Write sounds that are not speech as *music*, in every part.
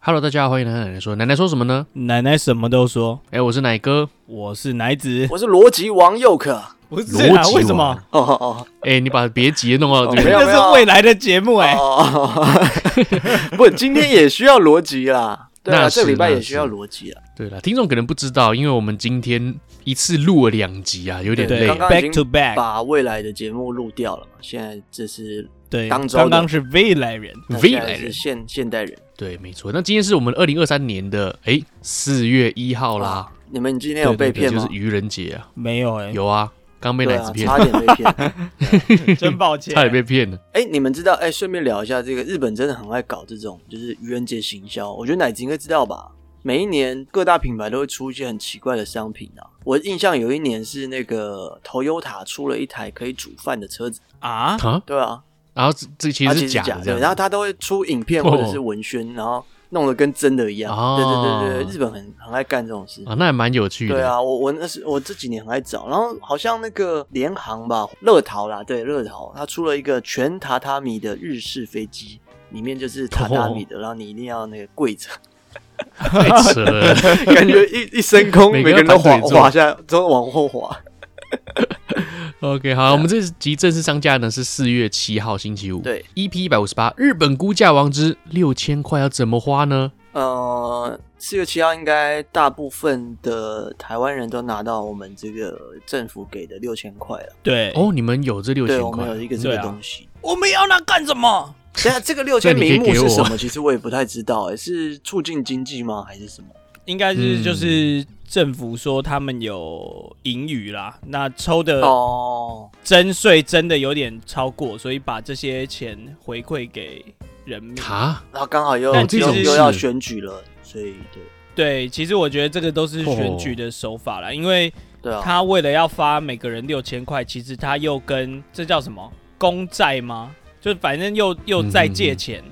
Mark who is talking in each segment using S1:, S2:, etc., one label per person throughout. S1: Hello，大家好，欢迎来到奶奶说。奶奶说什么呢？
S2: 奶奶什么都说，
S1: 哎，我是奶哥。
S2: 我是奶子，
S3: 我是逻辑王佑可。
S2: 不
S1: 逻辑王
S2: 为什么？
S3: 哦哦哦
S1: 哎，你把别急弄到这
S3: 没有啊
S1: 边。
S2: 这是未来的节目哎、
S3: 哦哦， *laughs* 哦不，今天也需要逻辑啦。对
S1: 那
S3: 啊，
S1: 是
S3: 这个礼拜
S1: 那
S3: 也需
S1: 是
S3: 要逻辑啊啦。
S1: 对了，听众可能不知道，因为我们今天一次录了两集啊，有点
S2: 对
S1: 累
S3: 刚。刚已
S2: ，back
S3: 经
S2: to
S1: 哎
S2: back，
S3: 把未来的节目录掉了嘛，现在这是
S2: 对，
S3: 当周的
S2: 刚刚是未来人，
S3: 那
S1: 未
S3: 现
S1: 来
S3: 在
S1: 人
S3: 是现现代人。
S1: 对，没错。那今天是我们二零二三年的哎四月一号啦，
S3: 你们今天有被
S1: 对
S3: 骗
S1: 就
S3: 吗
S1: 是？愚人节啊。
S2: 没有哎、
S1: 有啊，刚被
S3: 对
S1: 奶
S3: 啊
S1: 子，骗，
S3: 差点被骗。
S2: *laughs* 真抱歉，
S1: 差点被骗
S3: *laughs*
S1: 了。
S3: 哎，你们知道？哎，顺便聊一下，这个日本真的很爱搞这种就是愚人节行销，我觉得奶子应该知道吧。每一年各大品牌都会出一些很奇怪的商品啊。我印象有一年是那个 Toyota 出了一台可以煮饭的车子，
S2: 啊，
S1: 啊，
S3: 对啊，
S1: 然后这这其
S3: 而
S1: 实
S3: 且
S1: 是假的，这
S3: 对，然后
S1: 样
S3: 他都会出影片或者是文宣，然后弄得跟真的一样。
S1: 哦
S3: 对对对对，日本很很爱干这种事。
S1: 啊，那还蛮有趣的。
S3: 对啊，我我那是我这几年很爱找，然后好像那个联航吧，乐淘啦，对乐淘，它出了一个全榻榻米的日式飞机，里面就是榻榻米的，
S1: 哦
S3: 然后你一定要那个
S1: *laughs*
S3: 跪着，
S1: 太扯了。
S3: 感觉一一升空，
S1: 每
S3: 每
S1: 个
S3: 个
S1: 人
S3: 人
S1: 都
S3: 都
S1: 盘
S3: 滑
S1: 腿坐
S3: 滑下，都往后滑。
S1: OK，好，我
S3: 啊
S1: 们这集正式上架呢是四月七号星期五，
S3: 对
S1: ，EP 一百五十八，日本估价王之六千块要怎么花呢？
S3: 呃，四月七号应该大部分的台湾人都拿到我们这个政府给的六千块了。
S2: 对，
S1: 哦，你们有这六
S3: 哎对，
S1: 千
S3: 我
S1: 块
S3: 们？有一个这
S2: 对
S3: 个
S2: 啊
S3: 东西。
S2: 我们要那干什么？
S3: 现在这个六
S1: 这 *laughs*
S3: 千
S1: 你可以
S3: 名目
S1: 给我
S3: 是什么？其实我也不太知道、欸，是促进经济吗？还是什么？
S2: 应该是
S1: 嗯
S2: 就是政府说他们有盈余啦，那抽的
S3: 哦，
S2: 征税真的有点超过，所以把这些钱回馈给人民。
S1: 哈，
S3: 然后刚好又
S2: 但其实
S3: 又
S2: 是
S3: 又要选举了，所以对
S2: 对，其实我觉得这个都
S3: 哦
S2: 是选举的手法啦，因为
S3: 对啊，
S2: 他为了要发每个人六千块，其实他又跟这叫什么公债吗？就反正又又再借钱，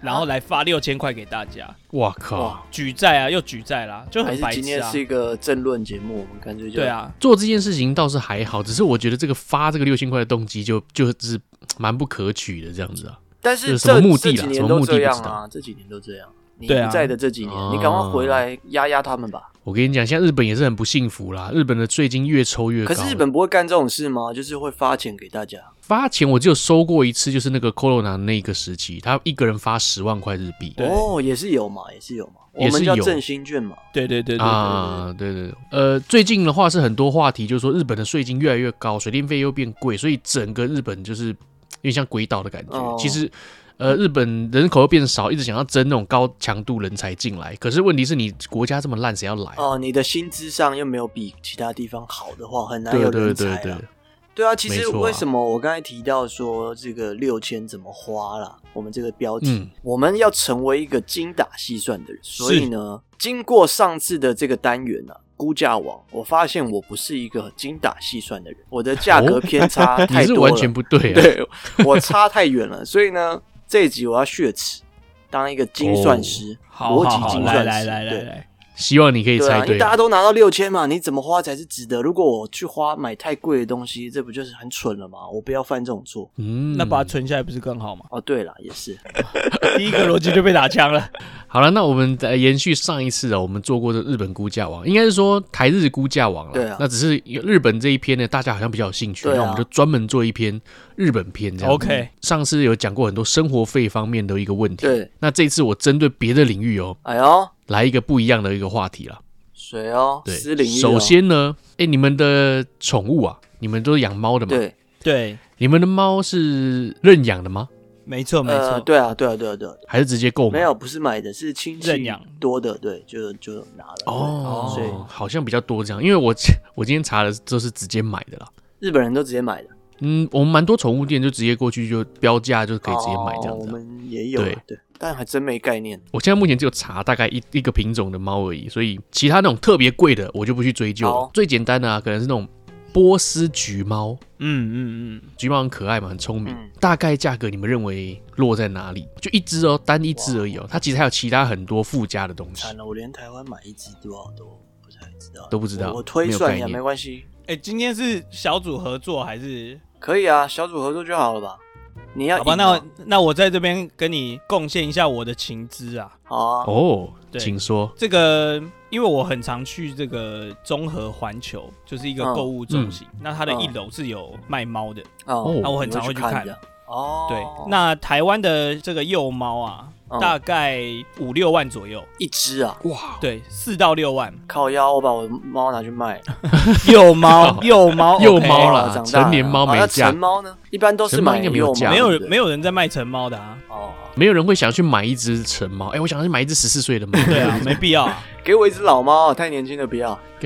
S2: 然后来发六千块给大家，
S1: 哇靠
S3: 哇！
S2: 举债啊，又举债啦，就
S3: 还
S2: 很
S3: 是
S2: 白
S3: 今
S2: 痴
S3: 天
S2: 啊
S3: 是。一个政论节目，我们干脆就
S2: 对，啊，
S1: 做这件事情倒是还好，只是我觉得这个发这个六千块的动机就就是蛮不可取的这样子啊。
S3: 但
S1: 有
S3: 是
S1: 什么
S3: 这
S1: 目的
S3: 这
S1: 啦
S3: 几
S1: 什
S3: 年
S1: 么目
S3: 都
S1: 的
S3: 这样
S1: 不知
S3: 啊，这几年都这样。你
S2: 对啊
S3: 不在的这几年，
S1: 哦
S3: 你赶快回来压压他们吧。
S1: 我跟你讲，现在日本也是很不幸福啦，日本的税金越抽越高。
S3: 可是日本不会干这种事吗？就是会发钱给大家。
S1: 发钱，我只有收过一次，就是那个 Corona 那个时期，他一个人发十万块日币。
S2: 对
S3: 哦，也是有嘛，也是有嘛。我
S1: 也是
S3: 们叫
S1: 有
S3: 振兴券嘛。
S2: 对对对对对，
S1: 啊，对对对，呃，最近的话是很多话题，就是说日本的税金越来越高，水电费又变贵，所以整个日本就是有点像鬼岛的感觉。
S3: 哦
S1: 其实，呃，日本人口又变少，一直想要争那种高强度人才进来，可是问题是你国家这么烂，谁要来？
S3: 哦，你的薪资上又没有比其他地方好的话，很难
S1: 对
S3: 有
S1: 对
S3: 人
S1: 对
S3: 才啊
S1: 对
S3: 了。，对啊，其
S1: 没
S3: 实
S1: 错啊
S3: 为什么我刚才提到说这个六千怎么花啦？我们这个标题，
S1: 嗯
S3: 我们要成为一个精打细算的人，所以呢，经过上次的这个单元呢、啊，估价网，我发现我不是一个精打细算的人，我的价格偏差
S1: 哦 *laughs* 你
S3: 太
S1: 是
S3: 多了，
S1: 完全不对啊！
S3: 对我差太远了，所以呢，这一集我要血耻，当一个精算师，
S1: 哦
S2: 好
S3: 逻
S2: 好
S3: 辑
S2: 好，
S3: 精
S2: 来
S3: 算师，
S2: 来来来
S3: 对
S2: 来，
S1: 希望你可以
S3: 对啊，
S1: 猜
S3: 因为
S1: 对。
S3: 大家都拿到六千嘛，你怎么花才是值得？如果我去花买太贵的东西，这不就是很蠢了吗？我不要犯这种错。？
S1: 嗯
S2: 那把它存下来不是更好吗
S3: *laughs* 哦，对了，
S1: *laughs*
S3: 也是，
S2: 第一个逻辑就被打枪了。
S1: 好了，那我们来延续上一次啊，我们做过的日本估价网，应该是说台日估价网了。
S3: 对啊
S1: 那只是有日本这一篇呢，大家好像比较有兴趣，
S3: 对啊
S1: 那我们就专门做一篇日本篇这样。
S2: OK
S1: 上次有讲过很多生活费方面的一个问题，
S3: 对。
S1: 那这一次我针对别的领域哦，
S3: 哎呦，
S1: 来一个不一样的一个话题了。
S3: 水哦，
S1: 对，
S3: 私领域哦、
S1: 首先呢，哎，你们的宠物啊，你们都是养猫的嘛？
S3: 对，
S2: 对，
S1: 你们的猫是认养的吗？
S2: 没错没
S3: 呃，
S2: 错，
S3: 对啊，对啊，对啊，对啊，
S1: 还是直接购买？
S3: 没有，不是买的，是亲戚
S2: 认养
S3: 多的，对，就就拿了。
S1: 哦，
S3: 对所以
S1: 好像比较多这样，因为我我今天查的都是直接买的啦。
S3: 日本人都直接买的，
S1: 嗯，我们蛮多宠物店就直接过去就标价就可以直接买这
S3: 哦
S1: 样
S3: 我
S1: 子啊、
S3: 们也有啊，
S1: 对
S3: 对，但还真没概念。
S1: 我现在目前只有查大概一一个品种的猫而已，所以其他那种特别贵的我就不去追究了
S3: 好。
S1: 最简单的啊，可能是那种波斯橘猫，
S2: 嗯嗯嗯，
S1: 橘猫很可爱嘛，很聪明。
S3: 嗯
S1: 大概价格你们认为落在哪里？就一只哦，单一只而已哦。它其实还有其他很多附加的东西。
S3: 惨了，我连台湾买一只多少都不太知道，
S1: 都不知道
S3: 我我推
S1: 没有
S3: 算
S1: 概
S3: 一下，
S1: 念
S3: 没关系，
S2: 哎，今天是小组合作还是？
S3: 可以啊，小组合作就好了吧？你要
S2: 好吧，
S3: 赢啊
S2: 那那我在这边跟你贡献一下我的情资啊。
S3: 好啊，
S1: 哦，
S2: 对
S1: 请说。
S2: 这个，因为我很常去这个综合环球，就是一个
S3: 嗯
S2: 购物中心。那它的
S3: 嗯
S2: 一楼是有卖猫的。
S3: 哦
S2: 那我很常会去看
S3: 的。哦，
S2: 对，那台湾的这个幼猫啊，
S3: 嗯
S2: 大概五六万左右，
S3: 一只啊，
S1: 哇，
S2: 对，四到六
S3: *laughs*
S2: 万。
S3: 靠腰，我把我的猫拿去卖，
S2: 幼猫，幼猫，
S1: 幼
S2: OK
S1: 猫啦
S3: 了，长大了
S1: 成年猫
S3: 好
S1: 没
S3: 那
S1: 价
S3: 成猫呢？一般都是
S1: 成猫
S3: 买
S1: 应该没有
S3: 幼猫，
S1: 价
S2: *laughs* 没有没
S3: 有
S2: 有人在卖成猫的
S3: *laughs*
S2: 啊。
S3: 哦，
S1: 没有人会想去买一只成猫。哎、我想去买一只十四岁的猫。
S2: 对啊，没必要、啊。
S3: 给我一只老猫，太年轻的不要。
S1: *laughs*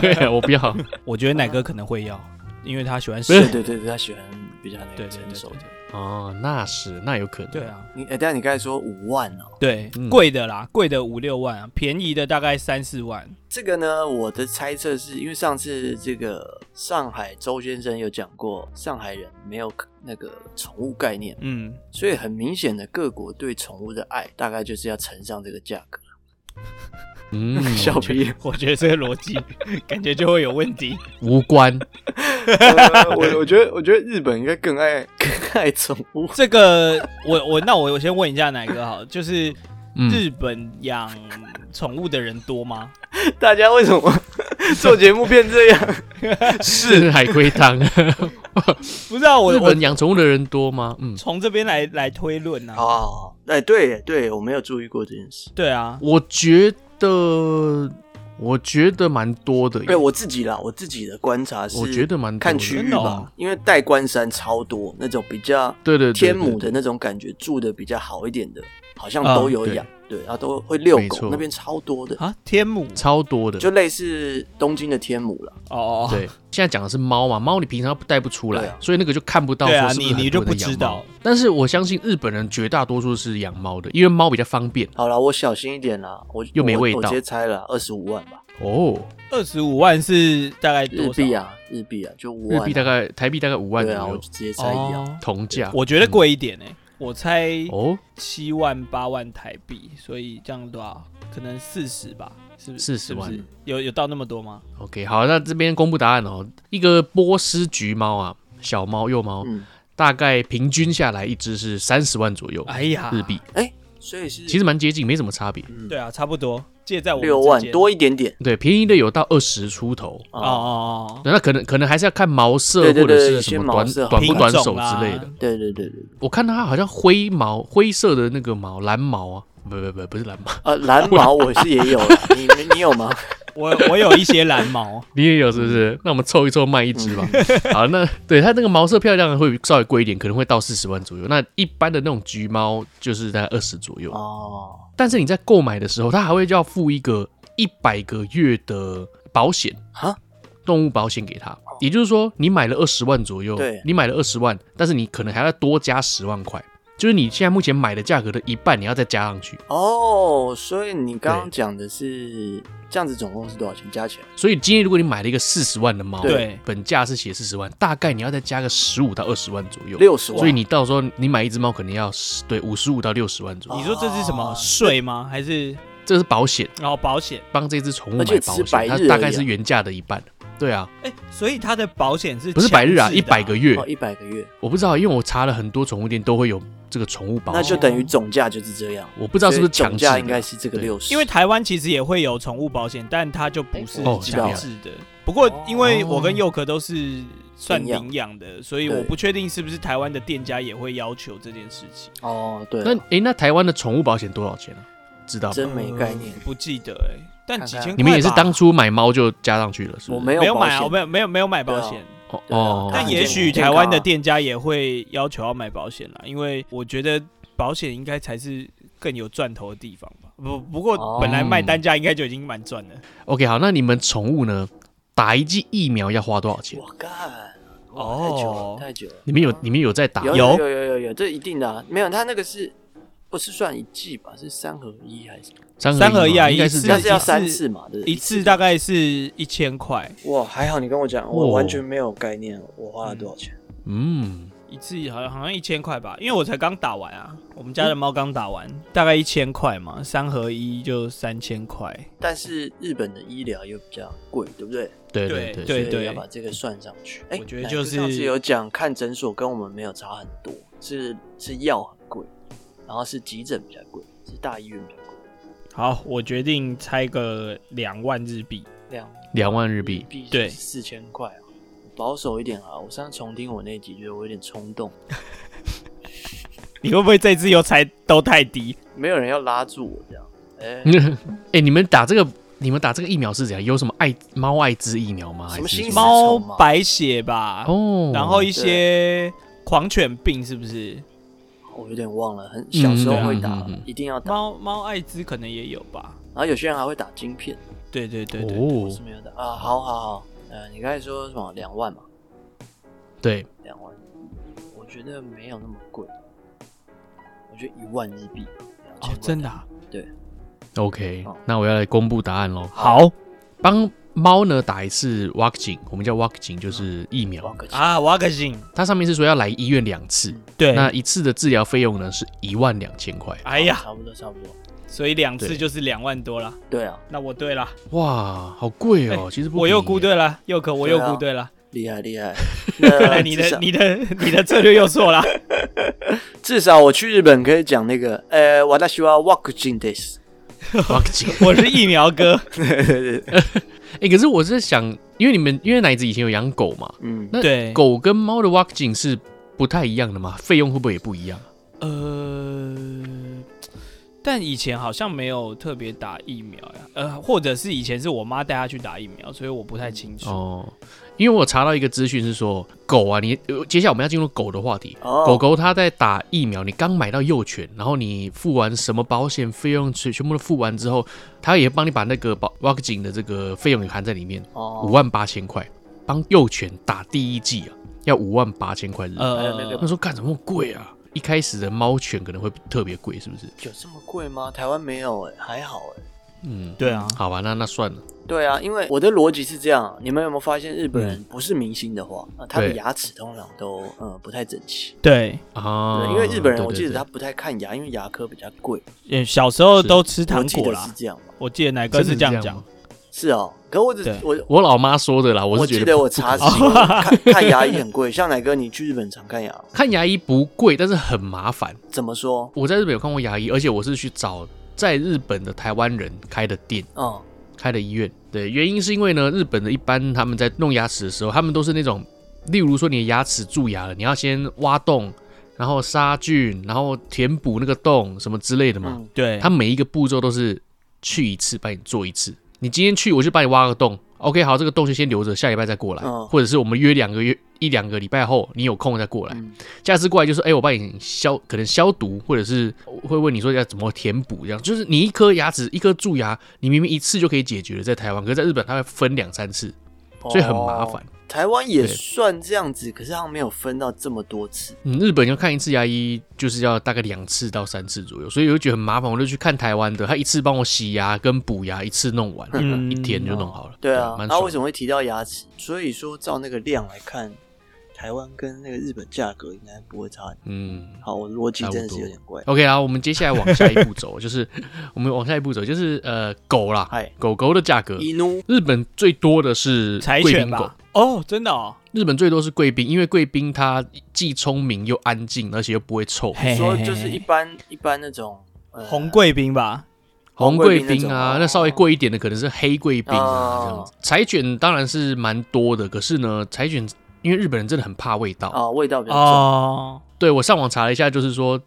S1: 对，啊我不要。
S2: 我觉得奶哥可能会要，因为他喜欢
S1: 不
S2: 睡
S1: 是。
S3: 嗯对对对，他喜欢比较那
S2: 对
S3: 个
S2: 对
S3: 成熟
S2: 对
S3: 的。
S1: 哦，那是，那有可能。
S2: 对，啊，
S3: 你哎，但你刚才说五万哦，
S2: 对
S1: 嗯，
S2: 贵的啦，贵的五六万啊，便宜的大概三四万。
S3: 这个呢，我的猜测是因为上次这个上海周先生有讲过，上海人没有那个宠物概念，
S2: 嗯，
S3: 所以很明显的各国对宠物的爱大概就是要乘上这个价格。
S2: *laughs*
S1: 嗯，
S3: 小皮，
S2: 我觉得这个逻辑 *laughs* 感觉就会有问题。
S1: 无关。
S3: 呃我我觉得我觉得日本应该更爱 *laughs* 更爱宠物。
S2: 这个我我那我我先问一下奶哥好了，就是
S1: 嗯，
S2: 日本养宠物的人多吗？
S3: *laughs* 大家为什么 *laughs* 做节目变这样？
S1: *laughs* 是海龟
S2: *laughs*
S1: 汤。
S2: 不知道、我
S1: 日
S2: 我
S1: 本养宠物的人多吗？嗯，
S2: 从这边来来推论啊。
S3: *laughs* 哦，哎，对耶对耶，我没有注意过这件事。
S2: 对啊，
S1: 我觉得，我觉得蛮多的耶。
S3: 对哎我自己啦，我自己的观察是，
S1: 我觉得蛮多的
S3: 看区域
S2: 真的
S3: 吧
S2: 哦，
S3: 因为代官山超多那种比较
S1: 对对对对
S3: 天母的那种感觉，住的比较好一点的，好像都有
S1: 啊对
S3: 养，对，然后都会遛
S1: 没
S3: 狗
S1: 错，
S3: 那边超多的，
S2: 啊，天母
S1: 超多的。
S3: 就类似东京的天母了。
S2: 哦，
S1: 对，现在讲的是猫嘛，猫你平常带不出来，
S3: 对啊
S1: 所以那个就看不到
S2: 对
S1: 说
S2: 啊
S1: 是是
S2: 你你
S1: 很
S2: 就
S1: 多
S2: 不
S1: 人养
S2: 知
S1: 猫
S2: 道。
S1: 但是我相信日本人绝大多数是养猫的，因为猫比较方便
S3: 好了，我小心一点啦，我
S1: 又没味
S3: 我我
S1: 道
S3: 直接猜了二十五万吧，
S1: 哦。
S2: 二十五万是大概
S3: 日
S2: 多少
S3: 币？啊，日币啊，就五
S1: 日
S3: 万啊，
S1: 币大概台币大概五万左
S3: 对啊，我啊
S1: 右
S3: 就，直接猜一样。
S2: 哦，
S1: 同价。
S2: 我觉得贵一点呢、欸
S3: 嗯
S2: 我猜
S1: 哦，
S2: 七万八万台币，所以这样多少？可能四十吧，是不是？
S1: 40万
S2: 是不是有有到那么多吗？
S1: OK，好，那这边公布答案哦。一个波斯橘猫啊，小猫幼猫，
S3: 嗯，
S1: 大概平均下来一只是三十万左右
S2: 哎呀，
S1: 日币，
S3: 所以是
S1: 其实蛮接近，没什么差别。
S3: 嗯
S2: 对啊，差不多，借在我们
S3: 六万
S2: 之间
S3: 多一点点
S1: 对，便宜的有到二十出头。
S2: 哦
S3: 啊，
S2: 哦哦
S1: 对那可能可能还是要看毛色
S3: 对对
S1: 或者
S3: 对
S1: 是
S3: 有
S1: 什
S3: 些
S1: 么
S3: 毛
S1: 短
S3: 色啊好
S1: 短不
S2: 品
S1: 短
S2: 种
S1: 手
S2: 啦
S1: 之类的。
S3: 对对对对，对
S1: 我看它好像灰毛灰色的那个毛蓝毛啊，不不不不是蓝毛，
S3: 呃，蓝毛我是也有啦，
S1: *laughs*
S3: 你你你有吗？
S2: 哦，我我有一些蓝
S3: *laughs*
S2: 毛，
S1: 你也有是不是？那我们凑一凑卖一只吧。
S3: 嗯
S1: *laughs* 好，那对它那个毛色漂亮的会稍微贵一点，可能会到四十万左右。那一般的那种橘猫就是大概二十左右。
S3: 哦，
S1: 但是你在购买的时候，它还会要付一个一百个月的保险
S3: 哈，
S1: 动物保险给他。也就是说，你买了二十万左右，
S3: 哦对
S1: 你买了二十万，但是你可能还要多加十万块，就是你现在目前买的价格的一半，你要再加上去。
S3: 哦，所以你刚刚
S1: 对
S3: 讲的是这样子，总共是多少钱加起来？
S1: 所以今天如果你买了一个四十万的猫，
S2: 对
S1: 本价是写四十万，大概你要再加个十五到二十万左右，
S3: 六十万。
S1: 所以你到时候你买一只猫，可能要10对五十五到六十万左右，
S2: 你说这是什么
S3: 哦
S2: 税吗？还是
S1: 这是保险，
S2: 然后保险？
S1: 帮这只宠物
S3: 而
S1: 买
S3: 且只
S1: 保
S3: 是
S1: 险，
S3: 百
S1: 它
S3: 日而
S1: 大
S3: 已
S1: 概
S3: 啊
S1: 是原价的一半。对啊，
S2: 哎，所以它的保险是
S1: 不是百日啊，
S2: 强制
S1: 一
S2: 的啊
S1: 百个月
S3: 哦，一百个月，
S1: 我不知道，因为我查了很多宠物店都会有这个宠物保
S3: 那
S1: 险，
S3: 就等于总价就是这样。
S1: 我哦不知道是不是
S3: 所以
S1: 强
S3: 总
S1: 制的
S3: 价应该是这个
S1: 对
S3: 六十，
S2: 因为台湾其实也会有宠物保险，但它就不是
S3: 哎
S1: 我知道
S2: 强制的。不过因为我跟佑可都是算
S3: 领养
S2: 领养的，所以我
S3: 哦对
S2: 不确定是不是台湾的店家也会要求这件事情。
S3: 哦，对啊，
S1: 那诶，那台湾的宠物保险多少钱呢、啊知道吗？
S3: 真没概念
S2: 呃。不记得哎、但
S3: 看
S2: 几
S3: 看
S2: 千块吧
S1: 你们也是当初买猫就加上去了，是不是？
S3: 我没
S2: 没有
S3: 有
S2: 买啊，我
S3: 保险
S2: 没有没有没有买保险。
S1: 哦
S3: 对啊
S1: 哦，
S3: 看
S2: 但
S3: 起来
S2: 也
S3: 很
S2: 许
S3: 健
S2: 台
S3: 康
S2: 湾的
S3: 啊
S2: 店家也会要求要买保险啊啦，因为我觉得保险应该才是更有赚头的地方吧。不不过本来卖
S1: 哦
S2: 单价应该就已经蛮赚的。
S1: OK 好，那你们宠物呢？打一剂疫苗要花多少钱？
S3: 我干，哇太久
S2: 哦
S3: 了，太久了。
S1: 你们有你们有在打？
S3: 有
S2: 有
S3: 有有有有，这一定的啊，没有他那个是不是算一季吧？是三合一还是？
S1: 三
S2: 三合
S1: 一
S2: 一
S1: 吗
S2: 啊
S1: 应该
S2: 一
S1: 是
S2: 次
S1: 这样
S3: 但是
S1: 子
S3: 要
S2: 次
S3: 三次嘛，对不对
S2: 一次大概是一千块，
S3: 哇，还好你跟我讲，
S1: 哦
S3: 我完全没有概念，我花了多少钱。
S1: 嗯，
S2: 一次好像好像一千块吧，因为我才刚打完啊，我们家的猫刚打完，大概一千块嘛，三合一就三千块。
S3: 但是日本的医疗又比较贵，对不对？
S1: 对
S2: 对
S1: 对
S2: 对
S3: 所以要把这个算上去。哎，
S2: 我觉得
S3: 乃
S2: 就
S3: 哥
S2: 是
S3: 上次有讲看诊所跟我们没有差很多，是是药很贵，然后是急诊比较贵，是大医院比较贵，
S2: 好，我决定猜个两万日币。
S3: 两
S1: 两万日币， *laughs*
S3: 币
S2: 对
S3: 四千块啊，保守一点啊。我上次重听我那集，觉得我有点冲动，
S2: 你会不会这次又猜都太低？
S3: 没有人要拉住我这样。哎、
S1: 哎、你们打这个，你们打这个疫苗是怎样？有什么爱猫艾滋疫苗吗？
S3: 什么
S1: 还是
S3: 新
S1: 什么
S3: 啊
S2: 猫白血吧，
S1: 哦，
S2: 然后一些狂犬病是不是？
S3: 我有点忘了，很小时候会打，
S1: 嗯嗯嗯嗯
S3: 一定要打。
S2: 猫猫艾滋可能也有吧。
S3: 然后有些人还会打晶片，
S2: 对对对对，
S3: 我
S1: 哦
S3: 是，没有打啊。好好好，呃，你刚才说什么两万嘛？
S1: 对，
S3: 两万，我觉得没有那么贵，我觉得一万日币。两千
S2: 哦
S3: 块，
S2: 真的、啊、
S1: OK，
S3: 好
S1: 那我要来公布答案喽。
S2: 好
S1: 帮猫呢打一次 vaccine，我们叫 vaccine，就是疫
S3: 哇
S1: 苗。
S3: 可惜
S2: 啊，我要个信。
S1: 它上面是说要来医院两次，
S2: 对，
S1: 那一次的治疗费用呢是一万两千块。
S2: 哎呀，
S3: 差不多差不多。
S2: 所以两次
S1: 对
S2: 就是两万多了。
S3: 对啊，
S2: 那我对了，
S1: 哇，好贵哦、
S2: 哎
S1: 其实不
S2: 我又
S1: 便宜
S2: 估对了，佑可我又
S3: 对啊
S2: 估对了，
S3: 厉
S1: *laughs*
S3: 害厉害。
S1: 啊
S2: 看
S3: 那
S2: 来你
S3: 至
S2: 的
S3: 少
S2: 你的 *laughs* 你的策略又错了。
S3: 至少我去日本可以讲那个，呃，我大希望 walk in this。
S1: vaccine。
S2: 我是疫苗哥，
S3: 对对对，
S1: *laughs* 哎、可是我是想，因为你们因为奶子以前有养狗嘛，
S3: 嗯，
S1: 那
S2: 对，
S1: 狗跟猫的 vaccine 是不太一样的嘛，费用会不会也不一样？
S2: 呃，但以前好像没有特别打疫苗呀，呃，或者是以前是我妈带她去打疫苗，所以我不太清楚。
S1: 哦，因为我查到一个资讯是说，狗啊，你呃接下来我们要进入狗的话题。
S3: 哦
S1: 狗狗它在打疫苗，你刚买到幼犬，然后你付完什么保险费用，全全部都付完之后，它也帮你把那个保 v a c c i n 的这个费用也含在里面，五
S3: 哦，
S1: 万八千块，帮幼犬打第一剂啊，要五万八千块日币。
S2: 呃
S3: 还有那个
S1: 那时候干什么那么贵啊？一开始的猫犬可能会特别贵，是不是？
S3: 有这么贵吗？台湾没有哎、还好哎、
S1: 嗯，
S2: 对啊
S1: 好吧，那那算了。
S3: 对啊，因为我的逻辑是这样，啊你们有没有发现日本人不是明星的话，啊他的
S1: 对
S3: 牙齿通常都嗯不太整齐。
S2: 对，
S1: 啊，
S3: 对，因为日本人
S1: 对
S3: 我记得他
S1: 对
S3: 不太看牙，因为牙科比较贵，
S2: 呃，小时候
S1: 是
S2: 都吃糖
S3: 我记
S2: 果
S3: 得是
S2: 啦，
S3: 这样吧？
S2: 我记得奶
S1: 对
S2: 哥是这样
S1: 真的
S2: 讲
S1: 吗。
S3: 是哦，可我只
S2: 对
S3: 我
S1: 我老妈说的啦，我
S3: 我
S1: 是
S3: 记
S1: 觉
S3: 得
S1: 不
S3: 我查
S1: 不可
S3: 资
S1: 思议
S3: 料看看牙医很贵，像奶哥你去日本常看牙吗，
S1: 看牙医不贵，但是很麻烦。
S3: 怎么说？
S1: 我在日本有看过牙医，而且我是去找在日本的台湾人开的店、
S3: 嗯，
S1: 开的医院。对，原因是因为呢，日本的一般他们在弄牙齿的时候，他们都是那种，例如说你的牙齿蛀牙了，你要先挖洞，然后杀菌，然后填补那个洞什么之类的嘛。
S3: 嗯
S2: 对，
S1: 他每一个步骤都是去一次，帮你做一次。你今天去，我就帮你挖个洞。OK，好，这个洞就先留着，下礼拜再过来，
S3: 嗯
S1: 或者是我们约两个月一两个礼拜后，你有空再过来。
S3: 嗯
S1: 下次过来就是，哎、我帮你消，可能消毒，或者是会问你说要怎么填补，这样就是你一颗牙齿一颗蛀牙，你明明一次就可以解决了，在台湾，可是在日本它会分两三次，所以很麻烦。
S3: 哦台湾也
S1: 对
S3: 算这样子，可是他们没有分到这么多次。
S1: 嗯，日本要看一次牙医就是要大概两次到三次左右，所以我就觉得很麻烦，我就去看台湾的，他一次帮我洗牙跟补牙一次弄完，
S2: 嗯
S1: 一天就弄好了。
S3: 对啊，
S1: 蛮
S3: 那、
S1: 爽的。
S3: 为什么会提到牙齿？所以说照那个量来看，台湾跟那个日本价格应该不会差。
S1: 嗯
S3: 好，我逻辑
S1: 差不
S3: 真的是
S1: 多
S3: 有点怪。
S1: ，OK 啊，我们接下来往下一步走， *laughs* 就是嗯我们往下一步走，就是呃狗啦
S3: 嗨，
S1: 狗狗的价格，
S3: 伊奴
S1: 日本最多的是
S2: 柴
S1: 贵
S2: 犬
S1: 宾狗
S2: 吧，？哦，真的哦，
S1: 日本最多是贵宾，因为贵宾它既聪明又安静，而且又不会臭。
S2: 嘿
S3: 说
S2: 嘿
S3: 就是
S2: 嘿
S3: 一般一般那种、呃、
S2: 红贵宾吧？
S1: 红贵宾
S3: 红贵宾那
S1: 啊，
S3: 种
S1: 那稍微贵一点的可能是黑贵宾啊，
S3: 哦
S1: 这样子。柴犬当然是蛮多的，可是呢，柴犬因为日本人真的很怕味道，
S3: 啊、味道比较重哦
S2: 哦，
S1: 对我上网查了一下，就是说，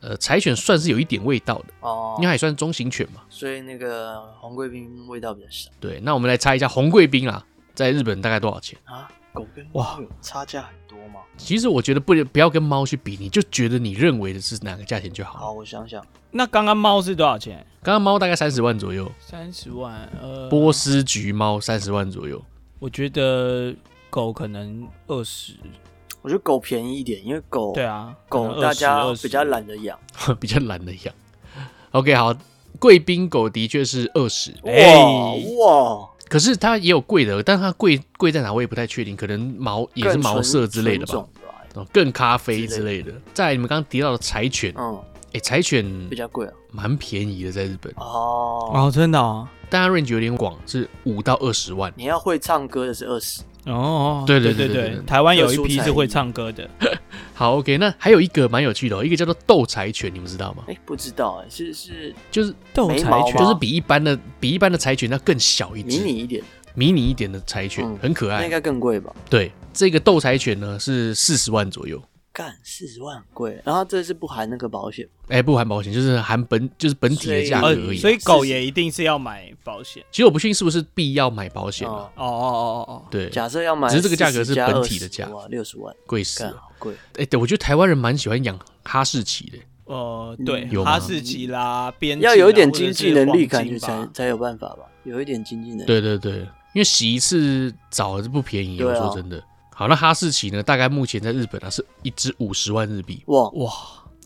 S1: 呃，柴犬算是有一点味道的，
S3: 哦
S1: 因为它也算中型犬嘛。
S3: 所以那个红贵宾味道比较少
S1: 对，那我们来猜一下红贵宾啊，在日本大概多少钱？
S3: 啊。狗跟
S2: 哇
S3: 猫有差价很多吗？
S1: 其实我觉得不不要跟猫去比，你就觉得你认为的是哪个价钱就好
S3: 好，。我想想，
S2: 那刚刚猫是多少钱？
S1: 刚刚猫大概三十万左右，
S2: 三十万。
S3: 嗯
S2: 呃，
S1: 波斯橘猫三十万左右。 *laughs*
S2: 我觉得狗可能二十。
S3: 我觉得狗便宜一点，因为狗
S2: 对啊，可
S3: 狗
S2: 能
S3: 大家
S2: 20
S3: 比较。懒得养。
S1: 比较懒得养。OK，好，贵宾狗的确是二十，
S3: 哇
S2: 哎
S3: 哇，
S1: 可是它也有贵的，但它贵贵在哪我也不太确定，可能毛也是
S3: 更
S1: 毛
S3: 纯
S1: 色之类的吧
S3: 纯，种啊吧
S1: 哦更咖啡之
S3: 之
S1: 类的。再来你们刚刚提到的柴犬，
S3: 嗯，
S1: 哎，柴犬
S3: 比较贵啊。
S1: 蛮便宜的，在日本，
S3: 哦，
S2: 哦，真的哦。
S1: 但它 range 有点广，是五到二十万。
S3: 你要会唱歌的是二十，
S2: 哦，
S1: 对
S2: 对
S1: 对对对
S2: 对
S1: 对，
S2: 台湾有一
S3: 特殊
S2: 批
S3: 才
S2: 是会
S3: 艺
S2: 唱歌的，
S1: 好，OK，那还有一个蛮有趣的、哦，一个叫做斗柴犬，你们知道吗？
S3: 哎、不知道哎、是是
S1: 就是
S2: 斗
S3: 眉
S2: 柴
S3: 毛
S2: 犬
S1: 就
S3: 吗
S1: 是比一般的比一般的柴犬要更小一
S3: 迷
S1: 只，
S3: 你一点，
S1: 迷你一点的柴犬，
S3: 嗯
S1: 很可
S3: 那应
S1: 爱。
S3: 该更贵吧？
S1: 对，这个斗柴犬呢是四十万左右，
S3: 干四十万很贵，然后这是不含那个保险，
S1: 哎，不含保险，就是含本就是本体的价格
S3: 所
S1: 而
S2: 呃
S1: 已啊。
S2: 所以狗
S3: 是
S2: 也一定是要买保险。
S1: 其实我不确定是不是必要买保险啊，
S3: 哦，
S2: 哦哦哦哦
S1: 对，
S3: 假设要买，
S1: 只是这个价格是本体的价格
S3: 六十万，
S1: 贵死
S3: 干
S1: 了。
S3: 好贵，
S1: 哎，对，我觉得台湾人蛮喜欢养哈士奇的，
S2: 哦，呃，对
S1: 有，嗯吗
S2: 哈士奇啦，边
S3: 嗯要
S1: 啊
S3: 有一点经济能力，感觉才
S2: 吧。
S3: 才有办法吧？有一点经济能力，
S1: 对对对，因为洗一次澡是不便宜，我
S3: 对啊
S1: 说真的。好，那哈士奇呢，大概目前在日本啊是一只五十万日币，
S3: 哇
S2: 哇，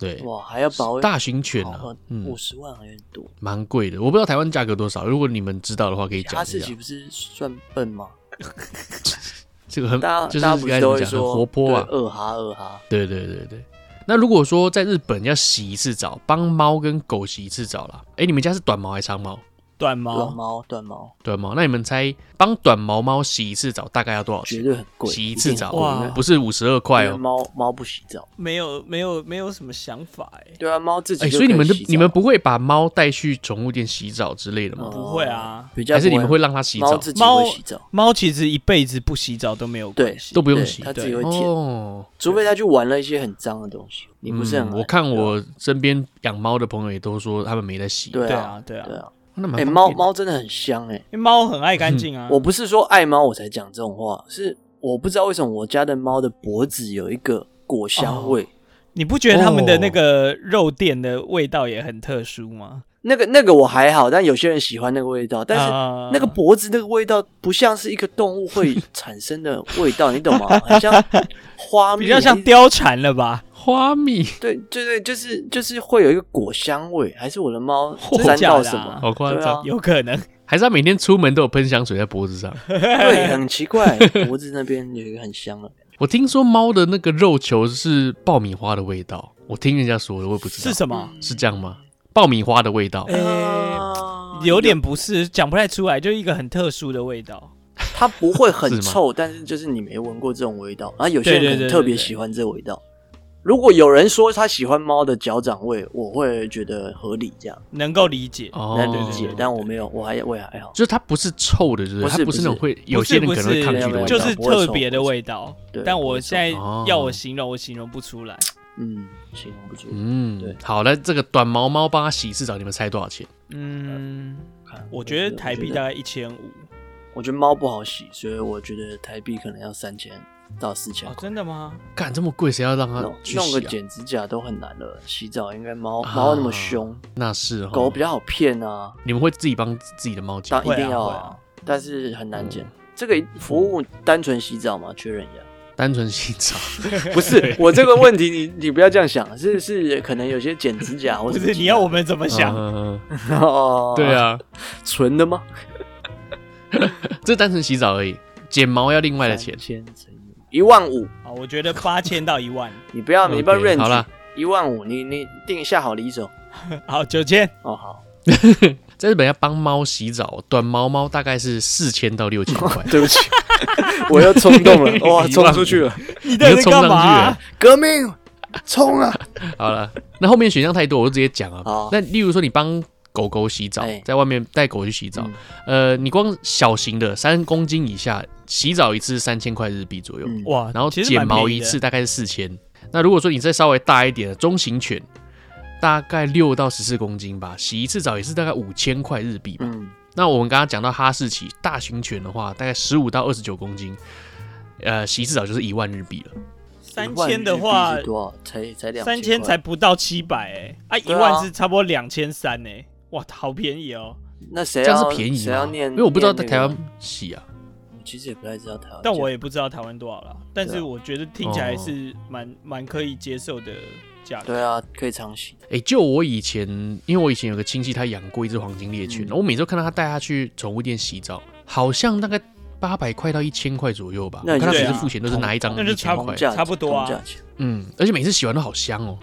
S1: 对，
S3: 哇，还要保
S1: 大型犬啊
S3: 好，
S1: 嗯
S3: 五，十万好像有点多。
S1: 蛮贵的，我不知道台湾价格多少，如果你们知道的话可以讲
S3: 哈
S1: 一
S3: 士
S1: 下
S3: 奇。不是算笨吗？
S1: 这个很
S3: 大家
S1: 就
S3: 大家
S1: 是
S3: 不
S1: 该怎
S3: 是都
S1: 么
S3: 会
S1: 讲，很
S3: 说
S1: 活泼啊
S3: 对，二哈二哈，
S1: 对对对对。那如果说在日本要洗一次澡，帮猫跟狗洗一次澡啦，哎，你们家是短毛还是长毛？
S2: 短
S1: 哦
S3: 短
S2: 毛
S3: 毛短毛
S1: 短毛，那你们猜帮短毛猫洗一次澡大概要多少
S3: 绝
S1: 钱？
S3: 对很贵，
S1: 洗一次
S3: 定
S1: 澡
S3: 很贵
S2: 哇
S3: 因为
S1: 不是五十二块
S3: 因为
S1: 哦，
S3: 猫猫不洗澡，
S2: 没有没有没有什么想法哎，
S3: 对啊，猫自己
S1: 哎，
S3: 就
S1: 所以你们
S3: 可
S1: 的
S3: 洗澡
S1: 你们不会把猫带去宠物店洗澡之类的吗？
S3: 哦
S2: 不会啊，
S3: 比较
S1: 还是你们
S3: 不
S1: 会让它洗
S3: 猫
S1: 澡？
S3: 自己会洗澡，
S2: 猫其实一辈子不洗澡都没有关系，
S1: 都不用
S3: 对
S1: 洗
S3: 它自
S2: 对
S3: 己会舔，
S1: 哦，
S3: 除非它去玩了一些很脏的东西，你不是很
S1: 嗯
S3: 爱啊
S1: 我看我身边养猫的朋友也都说他们没在洗，哦
S3: 对
S2: 对
S3: 啊
S2: 啊对啊
S3: 对，啊，
S1: 那蛮
S3: 哎，
S1: 方
S3: 猫
S1: 便的
S3: 猫真的很香哎，
S2: 因为猫很爱干净啊。
S3: 嗯我不是说爱猫我才讲这种话，是我不知道为什么我家的猫的脖子有一个果
S1: 哦
S3: 香味。
S2: 你不觉得他们的那个肉垫的味道也很特殊吗？
S3: 那个那个我还好，但有些人喜欢那个味道，但是
S2: 啊
S3: 那个脖子那个味道不像是一个动物
S1: *laughs*
S3: 会产生的味道，你懂吗？很像花蜜，
S2: 比较像貂蝉了吧？
S1: 花
S3: *laughs*
S1: 蜜，
S3: 对对对，就是就是会有一个果香味，还是我的
S1: *laughs*
S3: 猫
S2: 嚯
S3: 沾到
S2: 假的啊
S3: 什么？
S1: 好夸张
S2: 有可
S3: 啊
S2: 能，
S1: 还是他每天出门都有喷香水在脖子上。
S3: 对,、啊、对，很奇怪，脖子那边有一个很香 *laughs* 的，
S1: 我听说猫的那个肉球是爆米花的味道，我听人家说的，我也不知道
S2: 是什么？
S1: 是这样吗？爆米花的味道，
S2: 哎
S3: 啊
S2: 有点不是，讲不太出来，就一个很特殊的味道。
S3: 它不会很
S1: 是吗
S3: 臭，但是就是你没闻过这种味道。然后有些
S2: 对对
S3: 人可
S2: 对
S3: 能
S2: 对
S3: 特
S2: 对
S3: 别喜欢这味道。如果有人说他喜欢猫的脚掌味，我会觉得合理，这样
S2: 能够理解，
S1: 哦
S3: 能理解。
S2: 对
S3: 但我没有，我还我也还好。
S1: 就是它不是臭的，就是
S3: 不
S1: 它
S3: 是
S1: 不是那种会，
S2: 不
S1: 有些
S2: 是
S1: 人
S2: 不
S1: 可能会
S2: 是
S1: 抗拒的味道，
S2: 就是
S3: 不会
S2: 特
S3: 臭
S2: 别的
S3: 不会
S2: 味道。
S3: 对
S2: 但
S3: 不
S2: 我
S3: 会
S2: 现在
S1: 臭哦
S2: 要我形容，我形容不出来。
S3: 嗯，形容不出。
S1: 嗯
S3: 对，
S1: 好了，那这个短毛猫帮它洗一次澡，你们猜多少钱？
S2: 嗯，
S3: 看
S2: 我觉得台币大
S3: 我觉
S2: 概
S3: 得
S2: 一千五。
S3: 我觉得猫不好洗，所以我觉得台币可能要三千到四千
S2: 哦，。真的吗？
S1: 干这么贵，谁要让它
S3: 弄
S1: 去
S3: 弄个
S1: 洗啊？
S3: 剪指甲都很难了，洗澡应该猫
S1: 啊
S3: 猫那么凶，
S1: 那是哦
S3: 狗比较好骗啊，
S1: 你们会自己帮自己的猫剪
S3: 当
S1: 吗？
S3: 然一
S2: 会啊
S3: 定要
S2: 会
S3: 啊
S2: 啊，
S3: 但是很难剪。这个服务单纯洗澡吗？确认一下。
S1: 单纯洗
S3: *laughs*
S1: 澡，
S3: 不是我这个问题你，你不要这样想，是是可能有些剪指甲或
S2: 不
S3: 者
S2: 是，你要我们怎么想？
S1: 嗯
S3: 哦，
S1: 对，啊，
S3: 纯的吗？
S1: 这单纯洗澡而已，剪毛要另外的钱
S3: 三。千乘以一万五，
S2: 啊，我觉得八千到一万，
S3: 你不要你不要
S1: OK，
S3: range，
S1: 好啦，
S3: 一万五，你你定下好离手
S2: *laughs* 好九千，
S3: 哦，好，。
S1: 在日本要帮猫洗澡，短毛猫大概是四千到六千块
S3: 对不起， *laughs* 我又冲动了，
S1: *laughs* 一
S3: 哇，
S1: 万
S3: 冲
S1: 五
S3: 出去了，
S2: 你到底在干嘛啊？
S3: 革命，冲啊！
S1: 好了，那后面选项太多，我就直接讲啊
S3: 好。
S1: 那例如说你帮狗狗洗澡
S3: 哎，嗯
S1: 在外面带狗去洗澡，呃，你光小型的三公斤以下洗澡一次三千块日币左右，
S3: *laughs* 嗯
S2: 哇，
S1: 然后
S2: 其实
S1: 剪
S2: 蛮
S1: 毛
S2: 便宜
S1: 一
S2: 的
S1: 次大概是四千。那如果说你再稍微大一点的中型犬，大概六到十四公斤吧，洗一次澡也是大概五千块日币吧。
S3: 嗯，
S1: 那我们刚刚讲到哈士奇大型犬的话，大概十五到二十九公斤，呃，洗一次澡就是一万日币了。
S2: 三千的话
S3: 一万日币是，多少？才才两
S2: 三千才不到七百哎，啊，一
S3: 对啊
S2: 万是差不多两千三哎，哇，好便宜哦！
S3: 那谁
S1: 这样
S3: 要
S1: 是便宜
S3: 谁
S1: 吗
S3: 要？念？
S1: 因为我不知道在
S3: 念
S1: 台
S3: 那个
S1: 湾，洗啊。
S3: 其实也不太知道台湾价格，
S2: 但我也不知道台湾多少了，但是我觉得听起来
S1: 哦
S2: 是蛮蛮可以接受的价格。
S3: 对啊，可以常洗，
S1: 诶，就我以前，因为我以前有个亲戚，他养过一只黄金猎犬，
S3: 嗯
S1: 然后我每周看到他带他去宠物店洗澡，好像大概八百块到一千块左右吧。
S3: 那
S1: 我看他
S2: 就
S1: 每次
S2: 对啊
S1: 付钱都是拿一张
S2: 那就
S1: 一
S2: 差
S1: 千
S2: 不
S1: 块
S3: 同，价
S2: 差不多啊
S3: 同价钱。
S1: 嗯，而且每次洗完都好香哦，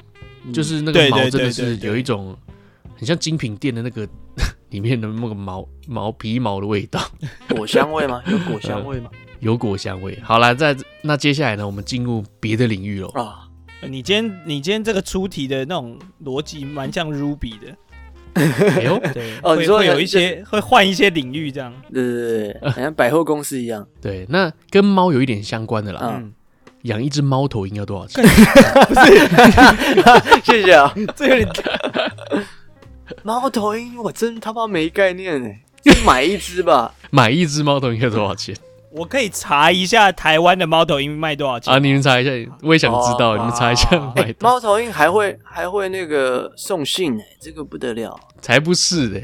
S3: 嗯
S1: 就是那个
S2: 对
S1: 毛
S2: 对
S1: 真的
S2: 对
S1: 是
S2: 对对
S1: 有一种很像精品店的那个 *laughs* 里面的那个毛毛皮毛的味道。 *laughs*
S3: 嗯果香味吗？有果香味吗？
S1: 有果香味。好了，在那接下来呢，我们进入别的领
S2: *laughs*
S1: 域喽。
S3: 啊，
S2: 你今天你今天这个出题的那种逻辑蛮像 Ruby 的，
S1: 哎呦，
S2: 对，
S3: 哦
S2: 会
S3: 你说
S2: 会有
S3: 有
S2: 一些会换一些领域这样，
S3: 对
S1: *laughs*
S3: 对对，好像百货公司一样。
S1: 对，那跟猫有一点相关的啦。
S3: 嗯
S2: 嗯，
S1: 养一只猫头鹰要多少钱？ *laughs* 嗯
S3: 谢谢啊，
S2: 这有点
S3: 猫头鹰，我真他妈没概念哎，就买一只吧。
S1: 买一只猫头鹰要多少 *laughs* 钱
S2: 我可以查一下台湾的猫头鹰卖多少钱
S1: 啊？你们查一下，我也 *laughs* 想知道，
S3: 哦
S1: 你们查一下
S2: 啊
S1: 买多。
S3: 猫头鹰还会还会那个送信哎，这个不得了，
S1: 才不是的，